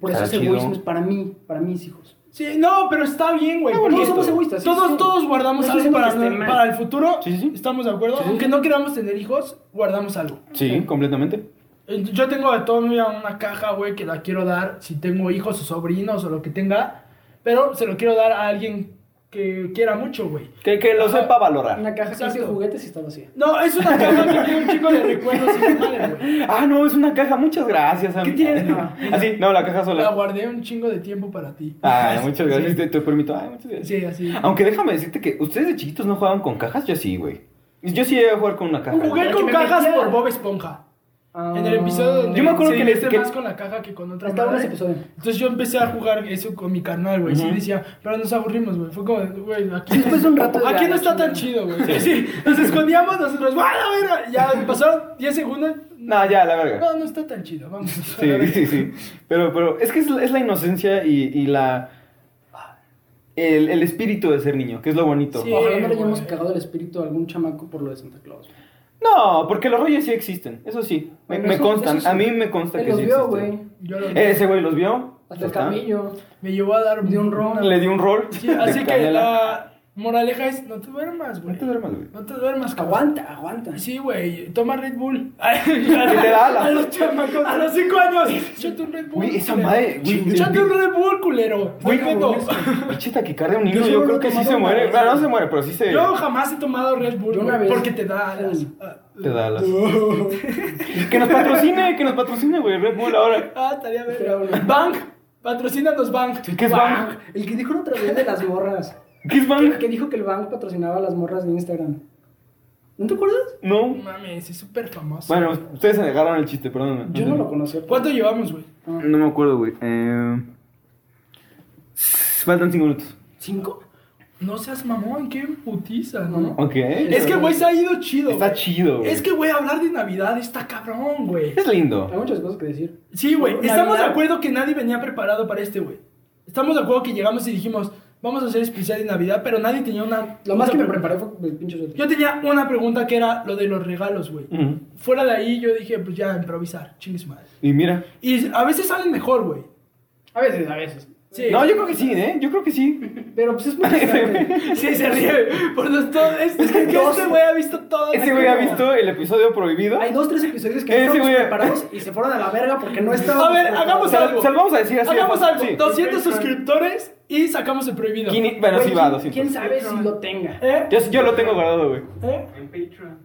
Por eso Está ese chido. egoísmo es para mí, para mis hijos. Sí, no, pero está bien, güey. No, porque todos somos egoístas, sí, todos, sí. todos guardamos No estoy algo para, diciendo que esté mal. para el futuro. Sí, sí, sí. ¿Estamos de acuerdo? Sí, sí. Aunque no queramos tener hijos, guardamos algo. Sí, completamente. Eh, Yo tengo de todo mira, una caja, güey, que la quiero dar si tengo hijos o sobrinos o lo que tenga, pero se lo quiero dar a alguien que quiera mucho, güey. Que, que lo Ajá. sepa valorar. Una caja casi de Ah. Exacto. juguetes y está vacía. No, es una caja que tiene un chico de recuerdos y su madre, güey. Ah, no, es una caja, muchas gracias. amigo. tiene? Ah, Así, no, la caja La sola. guardé un chingo de tiempo para ti. Ah, muchas gracias, Ah, Sí. te, te permito. Ay, muchas gracias. Sí, así. Aunque déjame decirte que ustedes de chiquitos no jugaban con cajas, yo sí, güey. Yo sí llegué a jugar con una caja. Jugué Porque con me cajas metía- por Bob Esponja. En el episodio donde Ah, Yo me acuerdo se que le- divierte que- más con la caja que con otra Estaba en ese madre. episodio. Entonces yo empecé a jugar eso con mi carnal, güey. Sí Ujú. decía, pero nos aburrimos, güey. Fue como, güey, aquí, Después de un rato de aquí no la está tan chido, güey. Sí. nos escondíamos nosotros. ¡Bueno, bueno! Ya pasaron 10 segundos. No, ya, la verga. No, no está tan chido, vamos. Sí, sí, sí. Pero, pero es que es, es la inocencia y, y la. El, el espíritu de ser niño, que es lo bonito. Sí. Ojalá no le hayamos güey. cagado el espíritu a algún chamaco por lo de Santa Claus. No, porque los rollos sí existen, eso sí. Me, Bueno, me eso- constan, eso sí. a mí me consta Él que los sí vio, güey. existen. Yo lo- Eh, Ese güey los vio. Hasta el Está. camillo. me llevó a dar De un ron. Le dio un rol. Sí, así de que canela. la moraleja es, no te duermas, No güey. te duermas, güey. No te duermas, cabrón. Aguanta, aguanta. Sí, güey, toma Red Bull. te da la- A los chamacos, Ah, a los 5 años. Échate un Red Bull. Güey, esa culero. madre, güey. Échate un Red Bull, culero. este Güey, Está pedo. pinche taquicardia a un niño, Yo yo, solo creo lo que he sí tomado se una muere. vez. Bueno, no se muere, pero sí se. Yo jamás he tomado Red Bull, Yo una güey, vez. porque te da alas. Ah, Te da alas. Que nos patrocine, que nos patrocine, güey. Red Bull ahora. Ah, estaría Estaría verga. bueno. Bank, patrocínanos Bank. ¿Qué es Bang? El que dijo la otra vez de las morras. ¿Qué es Bang? El que dijo que el banco patrocinaba a las morras de Instagram. ¿No te acuerdas? No. No mames, es súper famoso. Bueno, ustedes se negaron el chiste, perdónenme. Yo no lo conocía. ¿Cuánto llevamos, güey? Ah. No me acuerdo, güey. Eh... Faltan 5 minutos. ¿Cinco? No seas mamón, qué putiza, ¿no? No. Ok. Es que, güey, se ha ido chido. Está güey. chido, güey. Es que, güey, hablar de Navidad está cabrón, güey. Es Hay lindo. muchas cosas que decir. Sí, güey. Navidad. Estamos de acuerdo que nadie venía preparado para este, güey. Estamos de acuerdo que llegamos y dijimos, vamos a hacer especial de Navidad, pero nadie tenía una. Lo más una que me pre- preparé fue el pinche suéter. Yo tenía una pregunta que era lo de los regalos, güey. Ujú. Fuera de ahí, yo dije, pues ya, improvisar, chingues madre. Y mira. Y a veces salen mejor, güey. A veces, a veces. Sí. No, yo creo que sí, ¿eh? Yo creo que sí. Pero pues es muy diferente. Sí, se ríe. Por los todo. Es, es que dos- este güey ha visto todo. Ese güey ha visto el episodio prohibido. Hay dos, tres episodios que Ese no estábamos güey- preparados y se fueron Eh, a la verga porque no estábamos A ver, preparados. hagamos Se algo. lo, se lo vamos a decir así. de Hagamos algo. fácil, sí. 200 suscriptores y sacamos el prohibido. Quini- bueno, Güey, sí va, ¿quién- 200. ¿Quién sabe si lo tenga? ¿Eh? Yo, yo lo tengo guardado, güey. ¿Eh? En Patreon.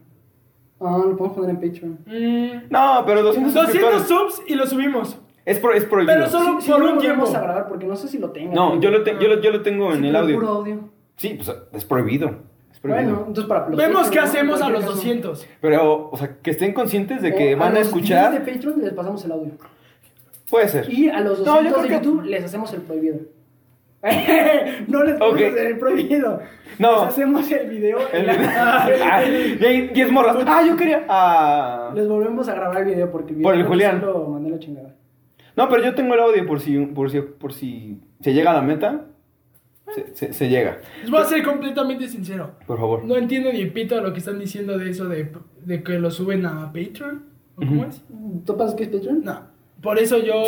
Ah, lo podemos poner en Patreon. Mm. No, pero 200 200 suscriptores. subs y lo subimos. Es, pro- es prohibido. Pero solo- Sí, sí, por no un lo tiempo. vamos a grabar porque no sé si lo tenga. No, yo lo, te- yo, lo, yo lo tengo en Sí, el pero audio. puro audio. Sí, pues es prohibido. Es prohibido. Bueno, entonces para los Vemos Patreon, qué ¿no? hacemos a Cualquier los caso. 200. Pero, o sea, que estén conscientes de que O van a los 10 escuchar. de Patreon les pasamos el audio. Puede ser. Y a los No, yo 200 de creo que- YouTube les hacemos el prohibido. no les vamos Ok. a hacer el prohibido. No. Les hacemos el video. El- Ah, y hay 10 morras. Ah, yo quería. Ah. Les volvemos a grabar el video porque el video Por el creo que Julián. sí lo mandé a la chingada. No, pero yo tengo el audio por si, por si, por si se llega a la meta. Se, se- se llega. Les voy a ser completamente sincero. Por favor. No entiendo ni pito lo que están diciendo de eso de, de que lo suben a Patreon. ¿o ¿Cómo Ujú. es? ¿Topas qué es Patreon? No. Por eso yo.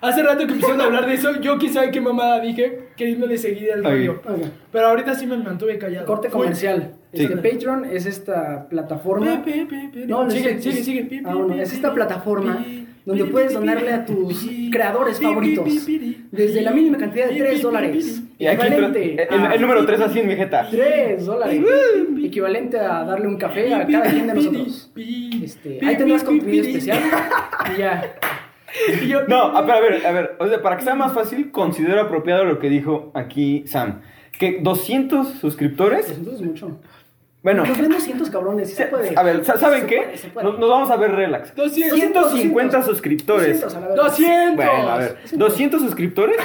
Hace rato que empezaron a hablar de eso, yo quién sabe qué mamada dije, queriéndole seguir el Ay. rollo. Ok. Pero ahorita sí me mantuve callado. Corte Fui- comercial. Sí. Este Patreon es esta plataforma. Pi, pi, pi, pi. No, no es sigue, cierto, sigue, es- sigue. Pi, pi, ah, bueno, pi, es pi, esta pi, plataforma pi, donde pi, puedes pi, donarle a pi, tus pi, creadores pi, pi, favoritos. pi, pi, pi. Desde la mínima cantidad de Pi, 3 pi, dólares. pi, Y aquí entra- el, el número 3 así en mi jeta. 3 dólares. Pi, pi. Equivalente a darle un café a Pi, cada pi, quien de pi, nosotros. pi, Este, pi, ahí tendrás pi, contenido pi, pi. especial. Y ya. Y yo- No, a ver, a ver, a ver. O sea, para que sea más fácil, considero apropiado lo que dijo aquí Sam. Que 200 suscriptores. 200 Pues es mucho. Bueno, Nos ven 200 cabrones, sí se puede. a ver, sa- ¿saben Se qué? puede, se puede. Nos, nos vamos a ver relax. 200, 150 suscriptores. 200 a la verga. 200. Bueno, a ver, 200 suscriptores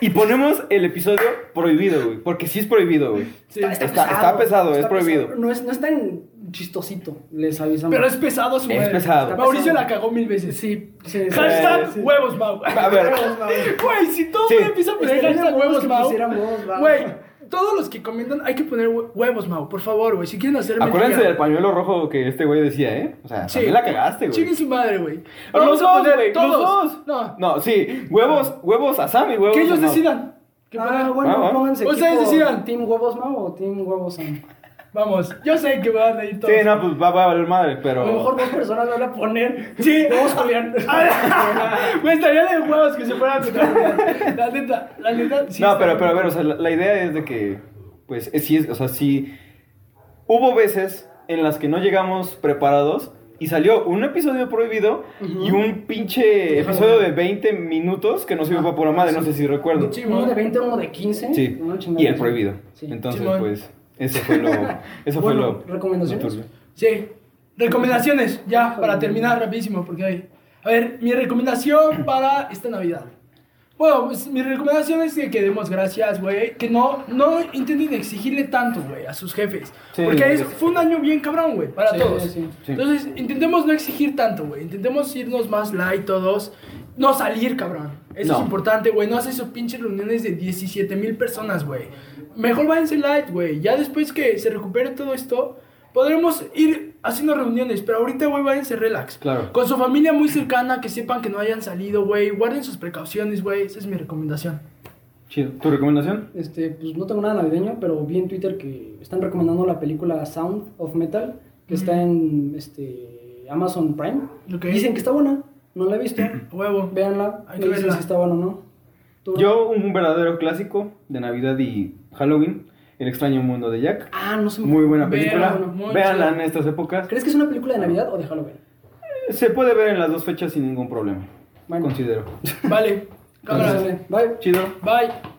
y ponemos el episodio prohibido, güey. Porque sí es prohibido, güey. Sí. Está, está pesado, es está prohibido. pesado. No es, no es tan chistosito, les avisamos. Pero es pesado su Es madre. pesado. Está Mauricio pesado. la cagó mil veces. Sí, sí, sí. Hashtag Sí. huevos, Mau. A ver, Ah, Güey, si todo Sí. mundo empieza a poner Estaría hashtag bueno huevos, que Mau. pusieran huevos, Mau. Güey, todos los que comentan hay que poner hue- huevos, Mau. Por favor, güey. Si quieren hacerme. acuérdense día. del pañuelo rojo que este güey decía, ¿eh? O sea, Sí. también la cagaste, güey. Chingue su madre, güey. Pero Vamos Los a dos, poner güey, los todos. dos. No. No, sí, huevos, huevos a Sam y huevos Que a ellos Mau. decidan. Que Ah, pongan- bueno, Ah, ah. pónganse. Ustedes equipo, decidan. ¿Team huevos Mau o Team huevos Sam? Vamos, yo sé que van a ir todos. Sí, no, pues va, va a valer madre, pero... A lo mejor dos personas van a poner. Sí. Huevos Julián. Güey, estaría de huevos que se fueran a contar. La neta, la neta. sí no, está- pero, pero a ver, o sea, la, la idea es de que pues es- sí es, o sea, sí hubo veces en las que no llegamos preparados y salió un episodio prohibido y un pinche episodio de 20 minutos que no sirvió para pura madre, no sé si recuerdo. Sí, Uno de bueno. 20, uno de 15. Sí, una chingada y el así. prohibido. Sí. Entonces, Simón. pues, eso fue lo... Eso fue Bueno, lo... ¿recomendaciones? lo turbio. Sí. Recomendaciones, ya, para terminar rapidísimo, porque hay... A ver, mi recomendación para esta Navidad. Bueno, pues mi recomendación es que, que demos gracias, güey. Que no, no intenten exigirle tanto, güey, a sus jefes. Sí, porque es- sí. fue un año bien cabrón, güey, para Sí, todos. sí. Sí. Entonces, intentemos no exigir tanto, güey. Intentemos irnos más light todos. No salir, cabrón. Eso No. es importante, güey. No haces esos pinches reuniones de 17 mil personas, güey. Mejor váyanse light, güey. Ya después que se recupere todo esto, podremos ir haciendo reuniones. Pero ahorita, güey, váyanse relax. Claro. Con su familia muy cercana, que sepan que no hayan salido, güey. Guarden sus precauciones, güey. Esa es mi recomendación. Chido. ¿Tu recomendación? Este, pues no tengo nada navideño, pero vi en Twitter que están recomendando la película Sound of Metal, que está en este, Amazon Prime. Ok. Dicen que está buena, no la he visto. Huevo. Véanla, Hay me que dicen verla. si está buena o no. ¿Tú? Yo, un verdadero clásico de Navidad y Halloween, El extraño mundo de Jack. Ah, no sé. Muy buena película. Véanla, muy Véanla chida. en estas épocas. ¿Crees que es una película de Navidad o de Halloween? Se puede ver en las dos fechas sin ningún problema. Bueno. Considero. Vale. Cámara. Sale. Bye. Chido. Bye.